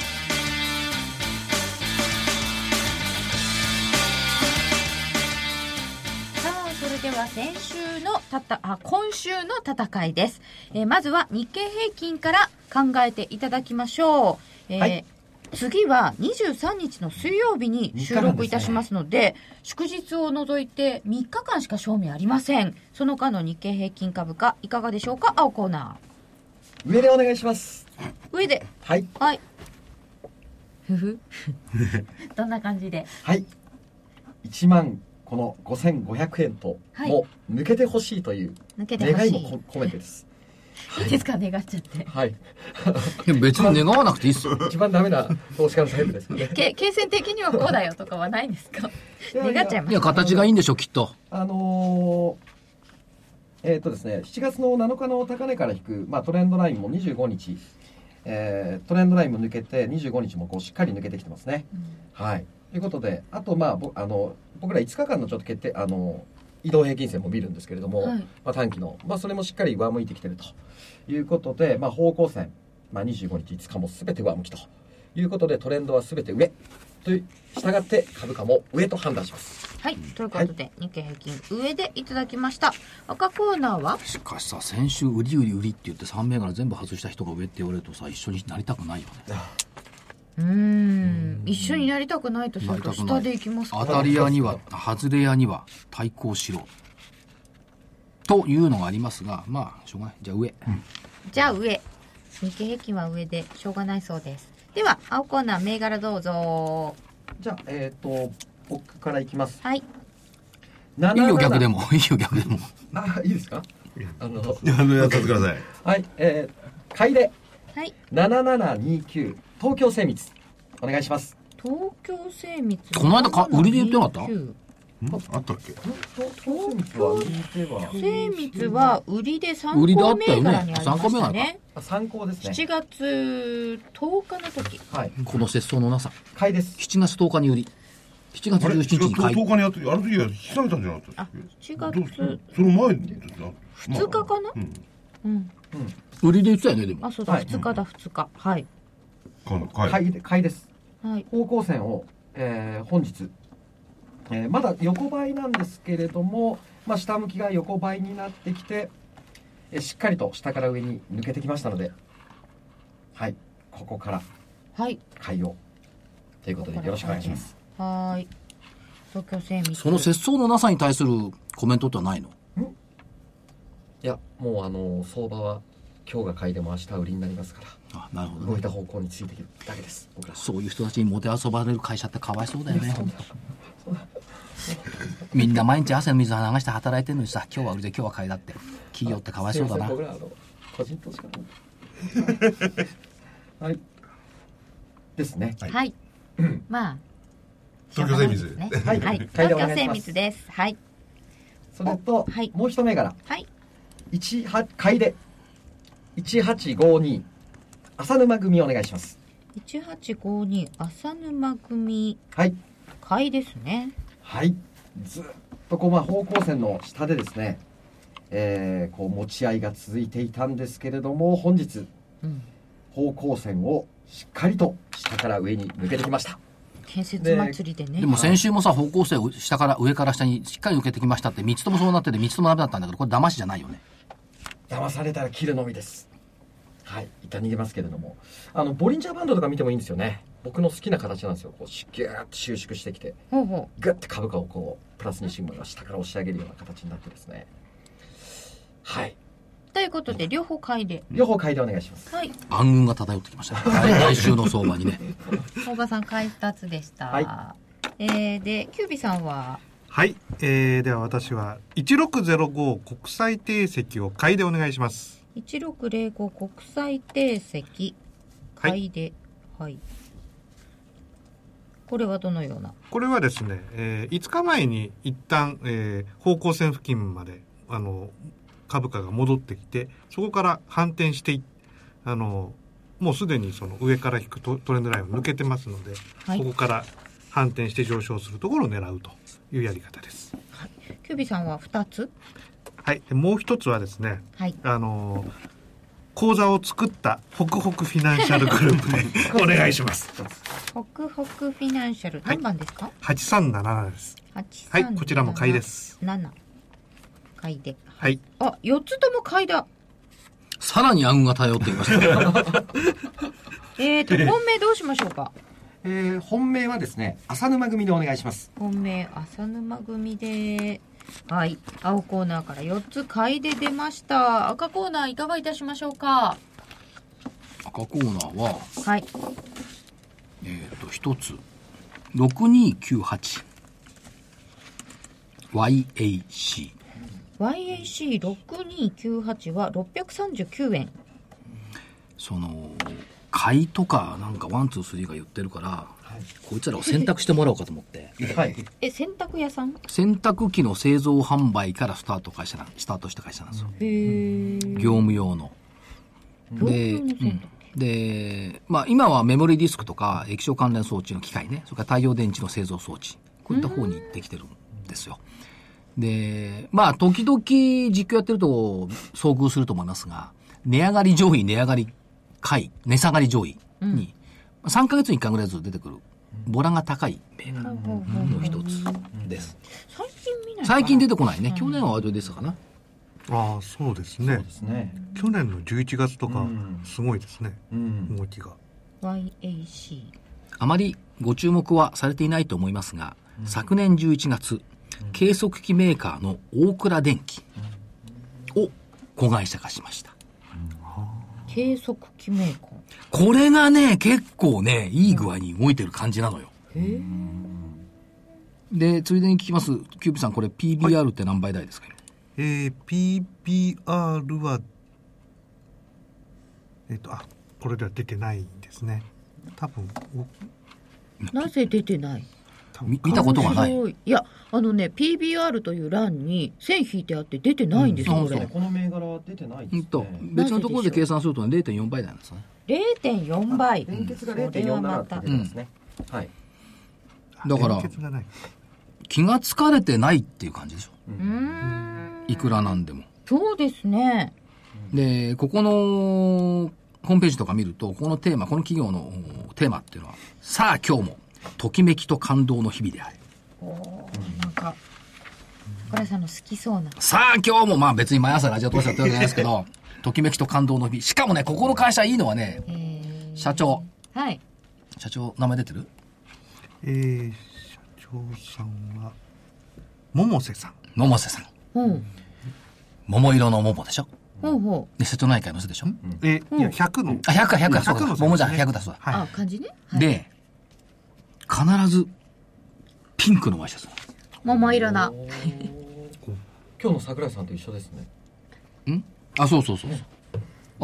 Speaker 1: さあそれでは先週のたたあ今週の戦いです、えーまずは日経平均から考えていただきましょう、えー
Speaker 4: はい
Speaker 1: 次は23日の水曜日に収録いたしますので祝日を除いて3日間しか賞味ありませんその間の日経平均株価いかがでしょうか青コーナ
Speaker 4: 上でお願いします
Speaker 1: ー上で
Speaker 4: はい
Speaker 1: はいふ <laughs> ふどんな感じで
Speaker 4: はい1万この5500円と
Speaker 1: はい
Speaker 4: も抜けてほしいという
Speaker 1: 抜けてほ
Speaker 4: 願
Speaker 1: し
Speaker 4: い
Speaker 1: い
Speaker 4: もこ込めてです
Speaker 1: いいですか願っちゃって
Speaker 4: はい
Speaker 2: でも別に願わなくていいっすよ。
Speaker 4: 一番ダメな投資家のタイプですね
Speaker 1: <laughs> け金銭的にはこうだよとかはないんです <laughs> か <laughs> 願っちゃいま
Speaker 2: い
Speaker 1: す
Speaker 2: や、形がいいんでしょ、きっと。
Speaker 4: あのーえっ、とですね、7月の7日の高値から引く、まあ、トレンドラインも25日、えートレンドラインも抜けて、25日もこうしっかり抜けてきてますね。はい。ということで、あと、まあ、ぼあの僕ら5日間のちょっと決定、あの移動平均線も見るんですけれども、
Speaker 1: はい
Speaker 4: まあ、短期の、まあ、それもしっかり上向いてきてるということで、まあ、方向線、まあ、25日、5日もすべて上向きということで、トレンドはすべて上という、従って株価も上と判断します。
Speaker 1: はい、ということで、日経平均上でいただきました。赤コーナーは
Speaker 2: しかしさ、先週、売り売り売りって言って3銘柄全部外した人が上って言われるとさ、一緒になりたくないよね。
Speaker 9: うーん一緒になりたくないとす
Speaker 2: な
Speaker 9: る
Speaker 2: り
Speaker 9: と
Speaker 2: たく
Speaker 9: 下
Speaker 2: ない。
Speaker 9: でいきますか
Speaker 2: 当たり屋には、外れ屋には対抗しろ。というのがありますが、まあ、しょうがない。じゃあ上。
Speaker 1: じゃあ上。日経平均は上でしょうがないそうです。では、青コーナー銘柄どうぞ。
Speaker 4: じゃあ、えっ、と、僕からいきます。
Speaker 1: はい。
Speaker 4: 77
Speaker 2: いいよ、逆でも。いいよ、逆でも。
Speaker 4: あいいですかあの
Speaker 5: いや、あの、やってください。
Speaker 4: はいえー、買いで
Speaker 1: はい。
Speaker 4: 7729東京精密お願いします
Speaker 1: 東京精密。
Speaker 2: この間か売りで言ってなかった
Speaker 1: 29
Speaker 5: んあったっけ
Speaker 4: 東京精密は右手は
Speaker 1: 精密は売りで参考
Speaker 2: 売
Speaker 1: 銘
Speaker 2: りであ
Speaker 1: 柄
Speaker 2: ったよね
Speaker 1: にありましたね。
Speaker 2: 参考銘柄か
Speaker 4: あ参考ですね
Speaker 1: 7月10日の時。
Speaker 4: はい
Speaker 2: この節操のなさ。
Speaker 4: 買いです
Speaker 2: 7月10日に売り。7月
Speaker 5: あれ、
Speaker 2: 17日に買い
Speaker 5: 10。日にやって、あの時は引き下げたんじゃなかったっけ
Speaker 1: 7
Speaker 5: どう
Speaker 1: 月
Speaker 5: その前にですか
Speaker 1: 2日かな
Speaker 5: うん。
Speaker 1: うん。
Speaker 2: 売りで言ってたよね、でも
Speaker 1: あ、。そうだ、
Speaker 4: はい
Speaker 1: 2日だ、2日。はい。
Speaker 5: かなはい。
Speaker 4: 買いで買いです
Speaker 1: はい。
Speaker 4: 方向線を、えー本日、えーまだ横ばいなんですけれども、まあ、下向きが横ばいになってきて、えーしっかりと下から上に抜けてきましたのではいここから
Speaker 1: はい。
Speaker 4: 買いをということでよろしくお願いします
Speaker 1: はーい。東京精密。
Speaker 2: その節操のなさに対するコメントってはないの
Speaker 4: いやもうあの相場は今日が買いでも明日売りになりますか
Speaker 2: あ、なるほ
Speaker 4: ら
Speaker 2: ど
Speaker 4: 動
Speaker 2: ね
Speaker 4: い。た方向についているだけです僕ら
Speaker 2: そういう人たちにもてあそばれる会社ってかわいそうだよね、本当みんな毎日汗の水流して働いてるのにさ、今日は売りで今日は買いだって。企業ってかわいそうだな
Speaker 4: すいません。僕らあの個人投資家
Speaker 2: <laughs>
Speaker 4: のはいですね
Speaker 1: はい。まあ。
Speaker 5: 東京精密
Speaker 1: ね
Speaker 4: はい
Speaker 1: はい。
Speaker 4: 買
Speaker 1: 東
Speaker 4: いでお願
Speaker 1: 京
Speaker 4: いし
Speaker 1: 精
Speaker 4: ま
Speaker 1: 密
Speaker 4: す
Speaker 1: です。はい。
Speaker 4: それと
Speaker 1: はい
Speaker 4: もう一銘柄
Speaker 1: はい。
Speaker 4: 一八買いで一八五二浅沼組お願いします。
Speaker 1: 1852浅沼組
Speaker 4: はい
Speaker 1: 買いですね
Speaker 4: はい。ずっとこうまあ方向線の下でですね、えーこう持ち合いが続いていたんですけれども本日
Speaker 1: うん
Speaker 4: 方向線をしっかりと下から上に抜けてきました。
Speaker 1: 建設祭りでね
Speaker 2: でも先週もさ、方向性を下から、上から下にしっかり受けてきましたって、3つともそうなってて、3つともダメだったんだけど、これ騙しじゃないよね。
Speaker 4: 騙されたら切るのみですはい一旦逃げますけれどもあのボリンジャーバンドとか見てもいいんですよね僕の好きな形なんですよこうしギューッと収縮してきて
Speaker 1: ほうほ
Speaker 4: グッて株価をこうプラスにシグマが下から押し上げるような形になってですねはいう
Speaker 1: ということで両方買いで
Speaker 4: 両方買いでお願いします
Speaker 1: はい
Speaker 2: 暗雲が漂ってきましたね。来週の相場にね。
Speaker 1: 大場さん買い2つでした、
Speaker 4: は
Speaker 1: えーでキュービさんは
Speaker 3: はい、えー、では私は1605国際定石を買いでお願いします
Speaker 1: 1605国際定石買いではい、これはどのような
Speaker 3: これはですね、えー5日前に一旦、えー方向線付近まであの株価が戻ってきてそこから反転していあのもうすでにその上から引くトトレンドラインを抜けてますので、
Speaker 1: はい
Speaker 3: ここから反転して上昇するところを狙うというやり方です。
Speaker 1: キュービさんは2つ
Speaker 3: はい、でもう一つはですね、
Speaker 1: はい
Speaker 3: あの口座を作ったホクホクフィナンシャルグループ
Speaker 1: <laughs>
Speaker 3: でお願いします。
Speaker 1: ホクホクフィナンシャル
Speaker 3: はい
Speaker 1: 何番ですか、
Speaker 3: 八三七七です。
Speaker 1: 八
Speaker 3: はい
Speaker 1: 三、
Speaker 3: こちらも買いです。
Speaker 1: 7買いで
Speaker 3: はい、
Speaker 1: あ4つとも買いだ
Speaker 2: さらに暗雲が漂ってきましたね。
Speaker 1: えーと本命どうしましょうか
Speaker 4: えー本命はですね浅沼組でお願いします
Speaker 1: 本命浅沼組ではい青コーナーから4つ買いで出ました赤コーナーいかがいたしましょうか
Speaker 2: 赤コーナーは、
Speaker 1: はい
Speaker 2: えっ、と、一つ。6298。YAC。
Speaker 1: YAC6298 は639円
Speaker 2: その、買いとか、なんか、ワン、ツー、スリーが言ってるから、こいつらを選択してもらおうかと思って。
Speaker 4: はい
Speaker 1: え洗濯屋さん
Speaker 2: 洗濯機の製造販売からスタート会社なスタートした会社なんですよ、
Speaker 1: へえ
Speaker 2: 業務用の。で、
Speaker 1: 業務用の
Speaker 2: うんで、まあ今はメモリーディスクとか液晶関連装置の機械ね、それから太陽電池の製造装置、こういった方に行ってきてるんですよ。で、まあ時々実況やってると遭遇すると思いますが、値上がり上位、値上がり下位、値下がり上位に、3ヶ月に1回ぐらいずつ出てくる、ボラが高い銘柄の一つです。
Speaker 1: 最近見ない
Speaker 2: 最近出てこないね。去年は割と出てたかな。
Speaker 3: ああ、そうですね。
Speaker 4: ですね
Speaker 3: 去年の11月と
Speaker 4: う
Speaker 3: か
Speaker 4: ん、
Speaker 3: すごいですね、
Speaker 4: うん
Speaker 3: 動きが。
Speaker 1: YAC
Speaker 2: あまりご注目はされていないと思いますが、昨年11月、計測器メーカーの大倉電機を子会社化しました。
Speaker 1: 計測器メーカー
Speaker 2: これがね、結構ね、いい具合に動いてる感じなのよ。で、ついでに聞きます。キュービさん、これ PBR って何倍台ですか、
Speaker 3: えー、PBR は、えっ、と、あ、これでは出てないんですね。多分、お
Speaker 1: なぜ出てない
Speaker 3: 多
Speaker 2: み見たことがない
Speaker 1: す。ごいいやあのね PBR という欄に線引いてあって出てないんですよ、
Speaker 2: うん
Speaker 1: こ
Speaker 2: そう
Speaker 1: れ
Speaker 4: この銘柄は出てないです
Speaker 2: う
Speaker 4: ね、
Speaker 2: んと、別のところで計算するとね、0.4倍台なんですね。
Speaker 1: 0.4倍
Speaker 4: 連結が
Speaker 1: それはまた
Speaker 4: 0.47って出てますね、はい
Speaker 2: だから
Speaker 3: 連結がない
Speaker 2: 気がつかれてないっていう感じでしょ。
Speaker 1: うーん
Speaker 2: いくらなんでも。
Speaker 1: そうですね
Speaker 2: で、ここのホームページとか見ると、ここのテーマ、この企業のおテーマっていうのは、さあ今日も、ときめきと感動の日々である。
Speaker 1: なんか桜井さんの好きそうな
Speaker 2: さあ今日も、まあ別に毎朝ラジオ通しやってるわけじゃないですけ <laughs> ど、ときめきと感動の日々。しかもね、ここの会社いいのはね、
Speaker 1: えー
Speaker 2: 社長。
Speaker 1: はい
Speaker 2: 社長、名前出てる
Speaker 3: えー、社長さんは、百瀬さん。
Speaker 2: 百瀬さん。
Speaker 1: ほう
Speaker 2: 桃色の桃でしょ
Speaker 1: ほうほう
Speaker 2: で、瀬戸内海の瀬でしょ
Speaker 3: えー、いや、100の。
Speaker 2: あ、100か100か、そう
Speaker 3: 100
Speaker 2: か。
Speaker 3: の
Speaker 2: 桃じゃん、100だ、そうだ。
Speaker 3: は
Speaker 1: あ
Speaker 3: い。
Speaker 1: 感じね、はい、
Speaker 2: で、必ず、ピンクのワイシャツ。
Speaker 1: 桃色な
Speaker 4: <laughs> 今日の桜井さんと一緒ですね
Speaker 2: んあ、そうそうそうそう。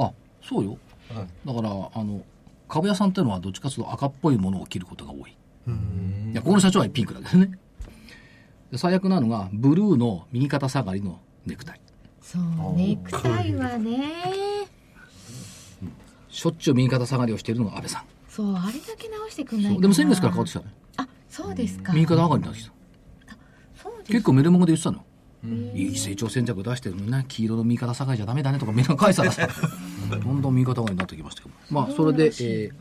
Speaker 2: あ、そうよ。
Speaker 4: はい
Speaker 2: だからあの株屋さんっていうのはどっちかというと赤っぽいものを着ることが多い
Speaker 3: うん
Speaker 2: いやここの社長はピンクだけどねで最悪なのがブルーの右肩下がりのネクタイ
Speaker 1: そうネクタイはね
Speaker 2: しょっちゅう右肩下がりをしているのが安倍さん
Speaker 1: そうあれだけ直してくんな
Speaker 2: そう
Speaker 1: いかな
Speaker 2: でも先月から変わってきたね
Speaker 1: あそうですか
Speaker 2: 右肩上がりになってきた
Speaker 1: そうです
Speaker 2: 結構メルマガで言ってたのいい成長戦略出してるのにな黄色の右肩下がりじゃダメだねとかみんな返したら <laughs> さどんどん右肩上がりになってきましたけどまあそれで、えー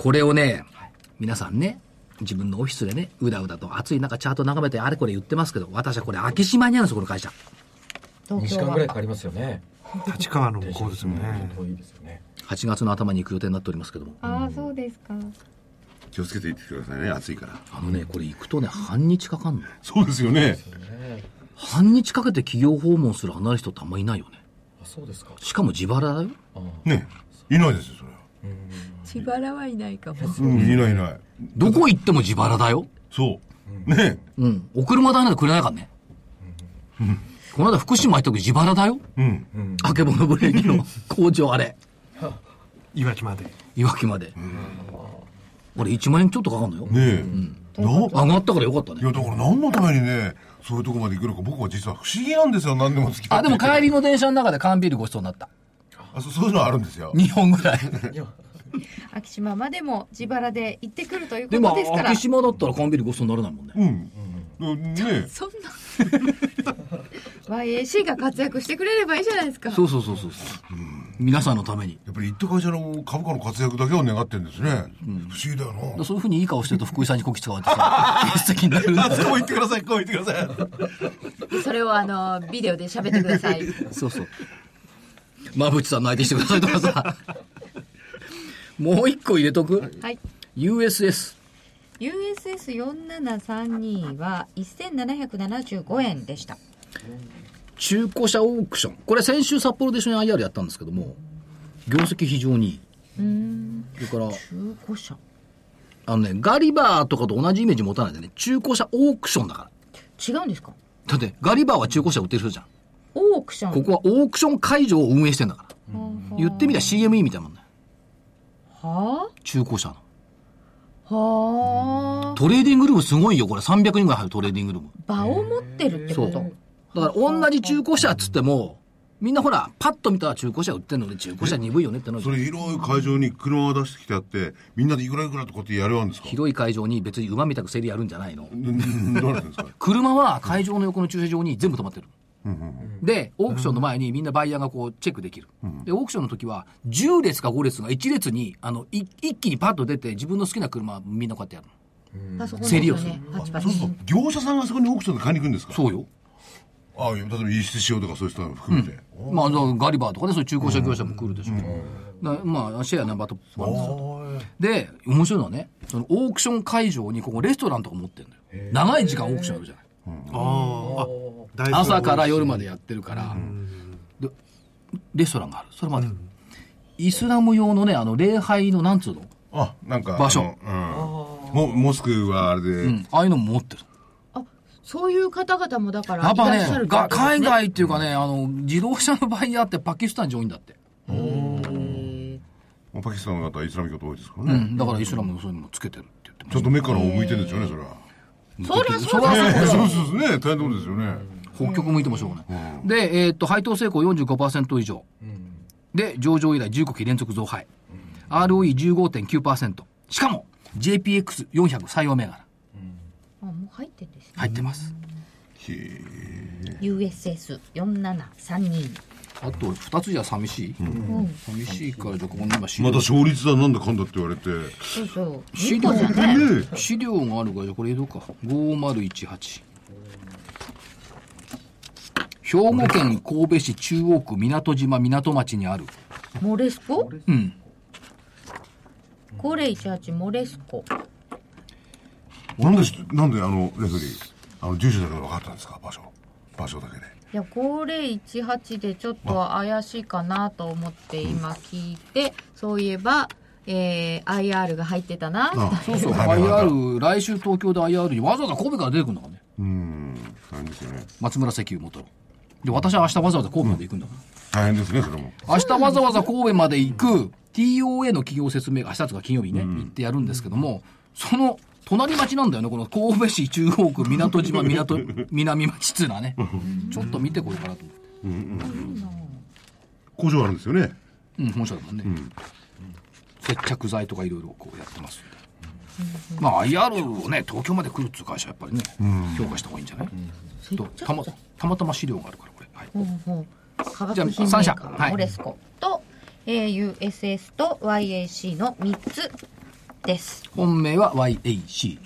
Speaker 2: これをね皆さんね自分のオフィスでねうだうだと暑い中チャート眺めてあれこれ言ってますけど私はこれ昭島にあるんですよこの会社
Speaker 4: 2時間ぐらいかかりますよね
Speaker 3: 立川の向こうですもんね。
Speaker 4: 遠いですよね
Speaker 2: 8月の頭に行く予定になっておりますけども
Speaker 1: ああそうですか
Speaker 5: 気をつけていってくださいね暑いから
Speaker 2: あのねこれ行くとね半日かかんの
Speaker 5: そうですよね
Speaker 2: 半日かけて企業訪問するアナリストってあんまいないよね
Speaker 4: あそうですか
Speaker 2: しかも自腹だよ
Speaker 5: ねいないですよそれは
Speaker 1: 自腹はいないかも
Speaker 5: うんいないいない
Speaker 2: どこ行っても自腹だよ
Speaker 5: そうね
Speaker 2: うん。お車代なんてくれないからね。この間福島行った時自腹だよ。
Speaker 5: うん
Speaker 2: あけぼのブレーキの工場あれ。
Speaker 3: いわきまで。
Speaker 5: <laughs>
Speaker 2: いわきまで。あれ1万円ちょっとかかんのよ。
Speaker 5: ねえな
Speaker 2: 上がったからよかった
Speaker 5: い
Speaker 2: ね。
Speaker 5: やだから何のためにねそういうとこまで行くのか僕は実は不思議なんですよ何でも付き合
Speaker 2: あ、
Speaker 5: って
Speaker 2: でも帰りの電車の中で缶ビールごちそうになった。
Speaker 5: あそそういうのはあるんですよ
Speaker 2: 2本ぐらい。
Speaker 1: 昭島までも自腹で行ってくるという
Speaker 2: <laughs> で
Speaker 1: こと
Speaker 2: も
Speaker 1: ですか、ら
Speaker 2: 昭島だったら缶ビールごちそうにならないもんね。
Speaker 5: うんうんねえ
Speaker 1: そんな <laughs> YAC が活躍してくれればいいじゃないですか
Speaker 2: そうそうそうそう。皆さんのために。
Speaker 5: やっぱり行った会社の株価の活躍だけを願ってるんですね、不思議だよな
Speaker 2: そういうふうにいい顔してると福井さんにこき使われてさ、 <laughs> 欠席になるんだよ。
Speaker 5: 行ってくださいこう行ってください
Speaker 1: それをあのビデオで喋ってください
Speaker 2: そうそう。馬淵さんの相手してくださいとかさ。もう一個入れとく、
Speaker 1: <laughs> はい
Speaker 2: ?USS。
Speaker 1: USS4732 は1775円でした
Speaker 2: 中古車オークション。これ先週札幌で一緒に IR やったんですけども、業績非常にいい。それから、
Speaker 1: 中古車
Speaker 2: あのね、ガリバーとかと同じイメージ持たないでね、中古車オークションだから。
Speaker 1: 違うんですか
Speaker 2: だって、ガリバーは中古車売ってる人じゃん。
Speaker 1: オークション
Speaker 2: ここはオークション会場を運営してんだから。言ってみたら CME みたいなもんね。
Speaker 1: は
Speaker 2: 中古車の。
Speaker 1: あはあ
Speaker 2: トレーディングルームすごいよ、これ。300人ぐらい入るトレーディングルーム。
Speaker 1: 場を持ってるって
Speaker 2: そ
Speaker 1: こ
Speaker 2: う。だ
Speaker 1: と
Speaker 2: から同じ中古車っつっても、みんなほら、パッと見たら中古車売ってんので、中古車鈍いよねってのに
Speaker 5: それ広い会場に車を出してきてあってみんなでいくらいくらとかってやるわんですか
Speaker 2: 広い会場に別に馬みたく競りやるんじゃないの。
Speaker 5: うんどうなってんですか
Speaker 2: 車は会場の横の駐車場に全部止まってる。で、オークションの前にみんなバイヤーがこうチェックできる。で、オークションの時は、10列か5列が1列に、あの、い一気にパッと出て、自分の好きな車みんなこうやってやるの。
Speaker 1: パソコン
Speaker 2: 競
Speaker 1: で
Speaker 2: り
Speaker 1: す
Speaker 2: よ
Speaker 1: よ
Speaker 2: それ
Speaker 1: ねパチパチ
Speaker 5: そうそう業者さんがそこにオークションで買いに行くんですか
Speaker 2: そうよ。
Speaker 5: ああ例えば輸出しようとかそういう人も含めて、
Speaker 2: まあ、だからガリバーとかね、そういう中古車業者も来るでしょうけど。なまあ、シェアナンバーとワンですよ。で、面白いのはね、そのオークション会場にここレストランとか持ってるんだよ。長い時間オークションやるじゃない。
Speaker 3: ああ、あ大豆が美味しい
Speaker 2: 朝から夜までやってるから、でレストランがある。それまで。イスラム用のね、あの、礼拝のなんつうの、
Speaker 5: あなんか
Speaker 2: 場所
Speaker 5: あのうん、もモスクはあれで、
Speaker 2: うん、ああいうのも持ってる。
Speaker 1: あそういう方々もだから
Speaker 2: やっ
Speaker 1: いら
Speaker 2: ぱ
Speaker 1: っしゃ
Speaker 2: ね
Speaker 1: る、
Speaker 2: が
Speaker 1: ってことです
Speaker 2: 海外っていうかね、あの、自動車のバイヤーってパキスタン上位だって。
Speaker 5: もうパキスタンの方はイスラム教徒多いですから
Speaker 2: う
Speaker 5: ね、
Speaker 2: ん、だからイスラムのそういうのもつけてるって言ってま
Speaker 5: ちょっと目から向いてるんですよねそれは、
Speaker 1: そりゃそ
Speaker 2: そ
Speaker 1: う
Speaker 2: りゃ
Speaker 1: だ
Speaker 5: ええそうそうですね大変なことですよね、
Speaker 2: す。北極向いてもしょうがない。で、えーっと、配当成功45%以上。で、上場以来15期連続増配。ROE15.9%。しかも、JPX400 採用銘柄
Speaker 1: あもう入ってんですね
Speaker 2: 入ってます。
Speaker 5: へえ
Speaker 1: USS4732
Speaker 2: あと2つじゃ寂しい、寂しいからじゃあここに今資
Speaker 5: ま
Speaker 2: 料,、
Speaker 5: た勝率だなんだかんだって言われて
Speaker 1: そうそう
Speaker 2: 資
Speaker 1: 2
Speaker 2: 料
Speaker 1: 個じゃね
Speaker 5: ねえ
Speaker 2: 資料があるからじゃあこれ入れとくか5018兵庫県神戸市中央区港島港町にある
Speaker 1: モレスコ
Speaker 2: うん
Speaker 1: コレイシャーチモレスコ
Speaker 5: なんでし、なんであの、レフェリー、あの、住所だけで分かったんですか場所。場所だけで。
Speaker 1: いやこれ18でちょっと怪しいかなと思って今聞いてそういえば、えー、IR が入ってたな
Speaker 5: あ
Speaker 2: そうそう
Speaker 5: はいはいはい
Speaker 2: IR 来週東京で IR にわざわざ神戸から出てくるんだからね
Speaker 5: うーん、大変ですよね。
Speaker 2: 松村石油元ので私は明日わざわざ神戸まで行くんだから、
Speaker 5: 大変ですね、それも。
Speaker 2: 明日わざわざ神戸まで行く TOA の企業説明が明日とか金曜日ね、行ってやるんですけども、その隣町なんだよね、この <laughs> 神戸市中央区港島港南町っていうのはね、ちょっと見てこようかなと思って。
Speaker 5: うんうん
Speaker 1: いいな
Speaker 10: 工場あるんですよね。
Speaker 2: うん、本社だもんね。接着剤とかいろいろこうやってますんで。まあ IR をね、東京まで来るっていう会社はやっぱりね、評価した方がいいんじゃないとたまたまたま資料があるから、これ。はい。
Speaker 1: ほうほう化
Speaker 2: じゃあ
Speaker 1: 学品メ
Speaker 2: 三社
Speaker 1: ーカー、
Speaker 2: はい
Speaker 1: オレスコと、えー USS と YAC の3つです
Speaker 2: 本命は YAC。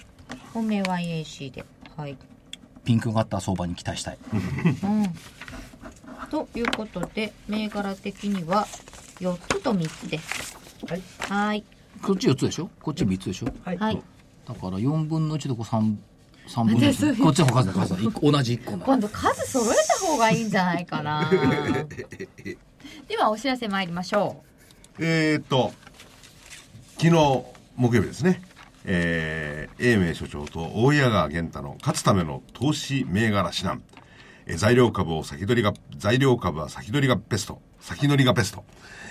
Speaker 1: 本命 YAC ではい、
Speaker 2: ピンクがあった相場に期待したい。
Speaker 1: うん、ということで銘柄的には4つと3つです
Speaker 4: はい
Speaker 1: はい
Speaker 2: こっち4つでしょこっち3つでしょ
Speaker 4: はい
Speaker 1: はい
Speaker 2: だから4分の1とこう3、三分の
Speaker 1: そういう
Speaker 2: 1。こっちの方が数だ数だ一
Speaker 1: <laughs>
Speaker 2: 個同じ1個なの
Speaker 1: 今度数揃えた方がいいんじゃないか
Speaker 2: <laughs>
Speaker 1: なではお知らせ参りましょ
Speaker 5: えー、っと、昨日、木曜日ですね、えー、英明所長と大谷川源太の勝つための投資銘柄指南、えー材料株を先取りが、材料株は先取りがベスト、先乗りがベスト、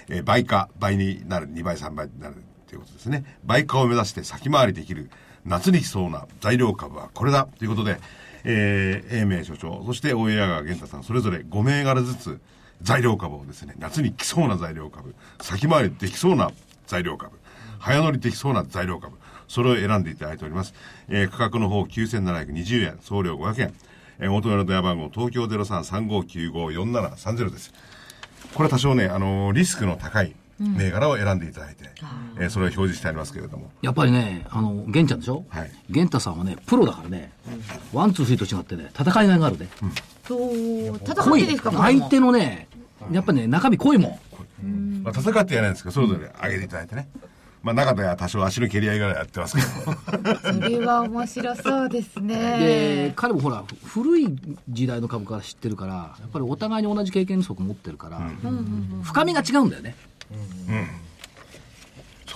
Speaker 5: えー倍か倍になる、2倍、3倍になるということですね。倍化を目指して先回りできる、夏に来そうな材料株はこれだということで、えー、英明所長、そして大谷川源太さん、それぞれ5銘柄ずつ、材料株をですね、夏に来そうな材料株、先回りできそうな材料株、早乗りできそうな材料株、それを選んでいただいております。えー価格の方9720円、送料500円。えー、お求めの電話番号、東京0335954730です。これは多少ね、あのーリスクの高い銘柄を選んでいただいて、えーそれを表示してありますけれども。
Speaker 2: やっぱりね、あの、玄ちゃんでしょ
Speaker 5: はい
Speaker 2: 玄太さんはね、プロだからね、ワン、ツー、スリーと違ってね、戦いがいがあるね。
Speaker 1: うと戦
Speaker 2: 濃
Speaker 1: っ
Speaker 2: い
Speaker 1: てですかこれ
Speaker 2: 相
Speaker 1: も
Speaker 2: 手のね、やっぱね、中身濃いもん。
Speaker 5: まあ、戦ってやらないんですけど、それぞれ上げていただいてね。まあ、中では多少足の蹴り合いぐらいやってますけど。
Speaker 1: それは面白そうです
Speaker 2: で
Speaker 1: ね。
Speaker 2: 彼もほらふ古い時代の株から知ってるからやっぱりお互いに同じ経験則持ってるから、深みが違うんだよね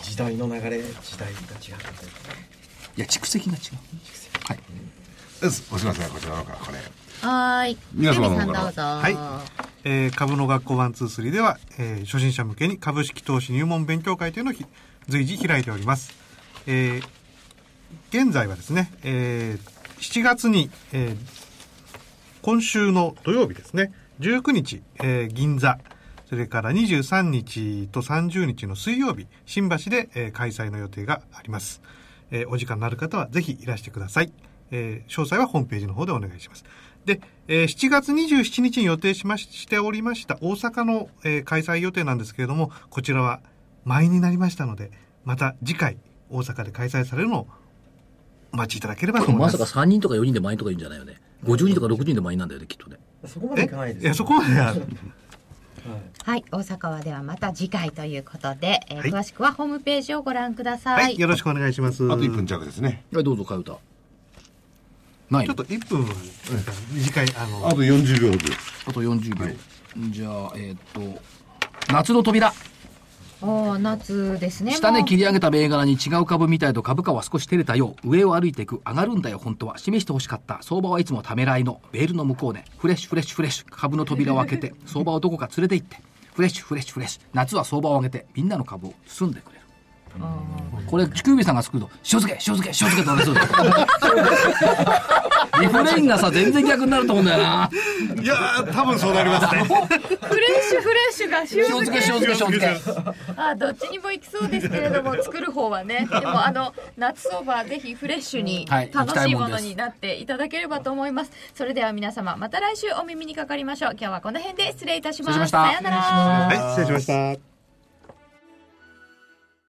Speaker 4: 時代の流れ時代が違うみたいない
Speaker 2: や蓄積が違うはい
Speaker 5: です <laughs> おしません、こちらの方からこれ。
Speaker 1: はーい。
Speaker 5: 皆様
Speaker 1: さ
Speaker 5: の方
Speaker 1: ん
Speaker 5: から
Speaker 1: どうぞ。
Speaker 3: はいえー株の学校ワンツースリーでは、えー初心者向けに株式投資入門勉強会というのをひ随時開いております。えー現在はですね、えー7月に、えー今週の土曜日ですね、19日、えー銀座、それから23日と30日の水曜日、新橋で、えー開催の予定があります。えーお時間のある方はぜひいらしてください。えー詳細はホームページの方でお願いします。で、えー7月27日に予定しまししておりました大阪の、えー開催予定なんですけれども、こちらは前になりましたので、また次回大阪で開催されるのをお待ちいただければと思いま。
Speaker 2: ますさか3人とか4人で満員とか言うんじゃないよね50人とか60人で満員なんだよねきっとね
Speaker 4: そこまでいかない
Speaker 3: え
Speaker 4: です
Speaker 3: いや、そこまでは
Speaker 4: はい
Speaker 1: はい。大阪はではまた次回ということで、えー
Speaker 3: はい
Speaker 1: 詳しくはホームページをご覧ください。
Speaker 3: はい、よろしくお願いします。
Speaker 5: あと1分弱ですね。
Speaker 2: はいどうぞ替え歌ない
Speaker 3: ちょっと1分は短い、あの、
Speaker 5: あと40秒ほどです。
Speaker 2: あと40秒、じゃあえーっと夏の扉
Speaker 1: おー夏ですね。
Speaker 2: 下値
Speaker 1: もう
Speaker 2: 切り上げた銘柄に違う株みたいと株価は少し照れたよう上を歩いていく上がるんだよ本当は示してほしかった相場はいつもためらいのベールの向こうねフレッシュフレッシュフレッシュ株の扉を開け
Speaker 1: <laughs>
Speaker 2: て相場をどこか連れて行ってフレッシュフレッシュフレッシュ夏は相場を上げてみんなの株を包んでくれるこれ乳首さんが作ると塩漬け塩漬け塩漬けって話する
Speaker 1: <laughs>
Speaker 2: リフレインがさ全然逆になると思うんだよない
Speaker 5: やー、多分そうなりますね。
Speaker 1: フレッシュフレッシュが
Speaker 2: 塩
Speaker 1: 塩
Speaker 2: 漬
Speaker 1: 漬
Speaker 2: け
Speaker 1: け。
Speaker 2: 塩漬け塩漬け
Speaker 1: あーどっちにも行きそうですけれども、作る方はね。でもあの、夏相場はぜひフレッシュに
Speaker 2: はい
Speaker 1: 楽
Speaker 2: 行き
Speaker 1: しいも
Speaker 2: たいもんで
Speaker 1: の
Speaker 2: す
Speaker 1: になっていただければと思います。それでは皆様、また来週お耳にかかりましょう。今日はこの辺で失礼いたしま
Speaker 2: 失
Speaker 1: す。
Speaker 2: 礼しました
Speaker 1: さようなら。
Speaker 3: はい、失礼しました。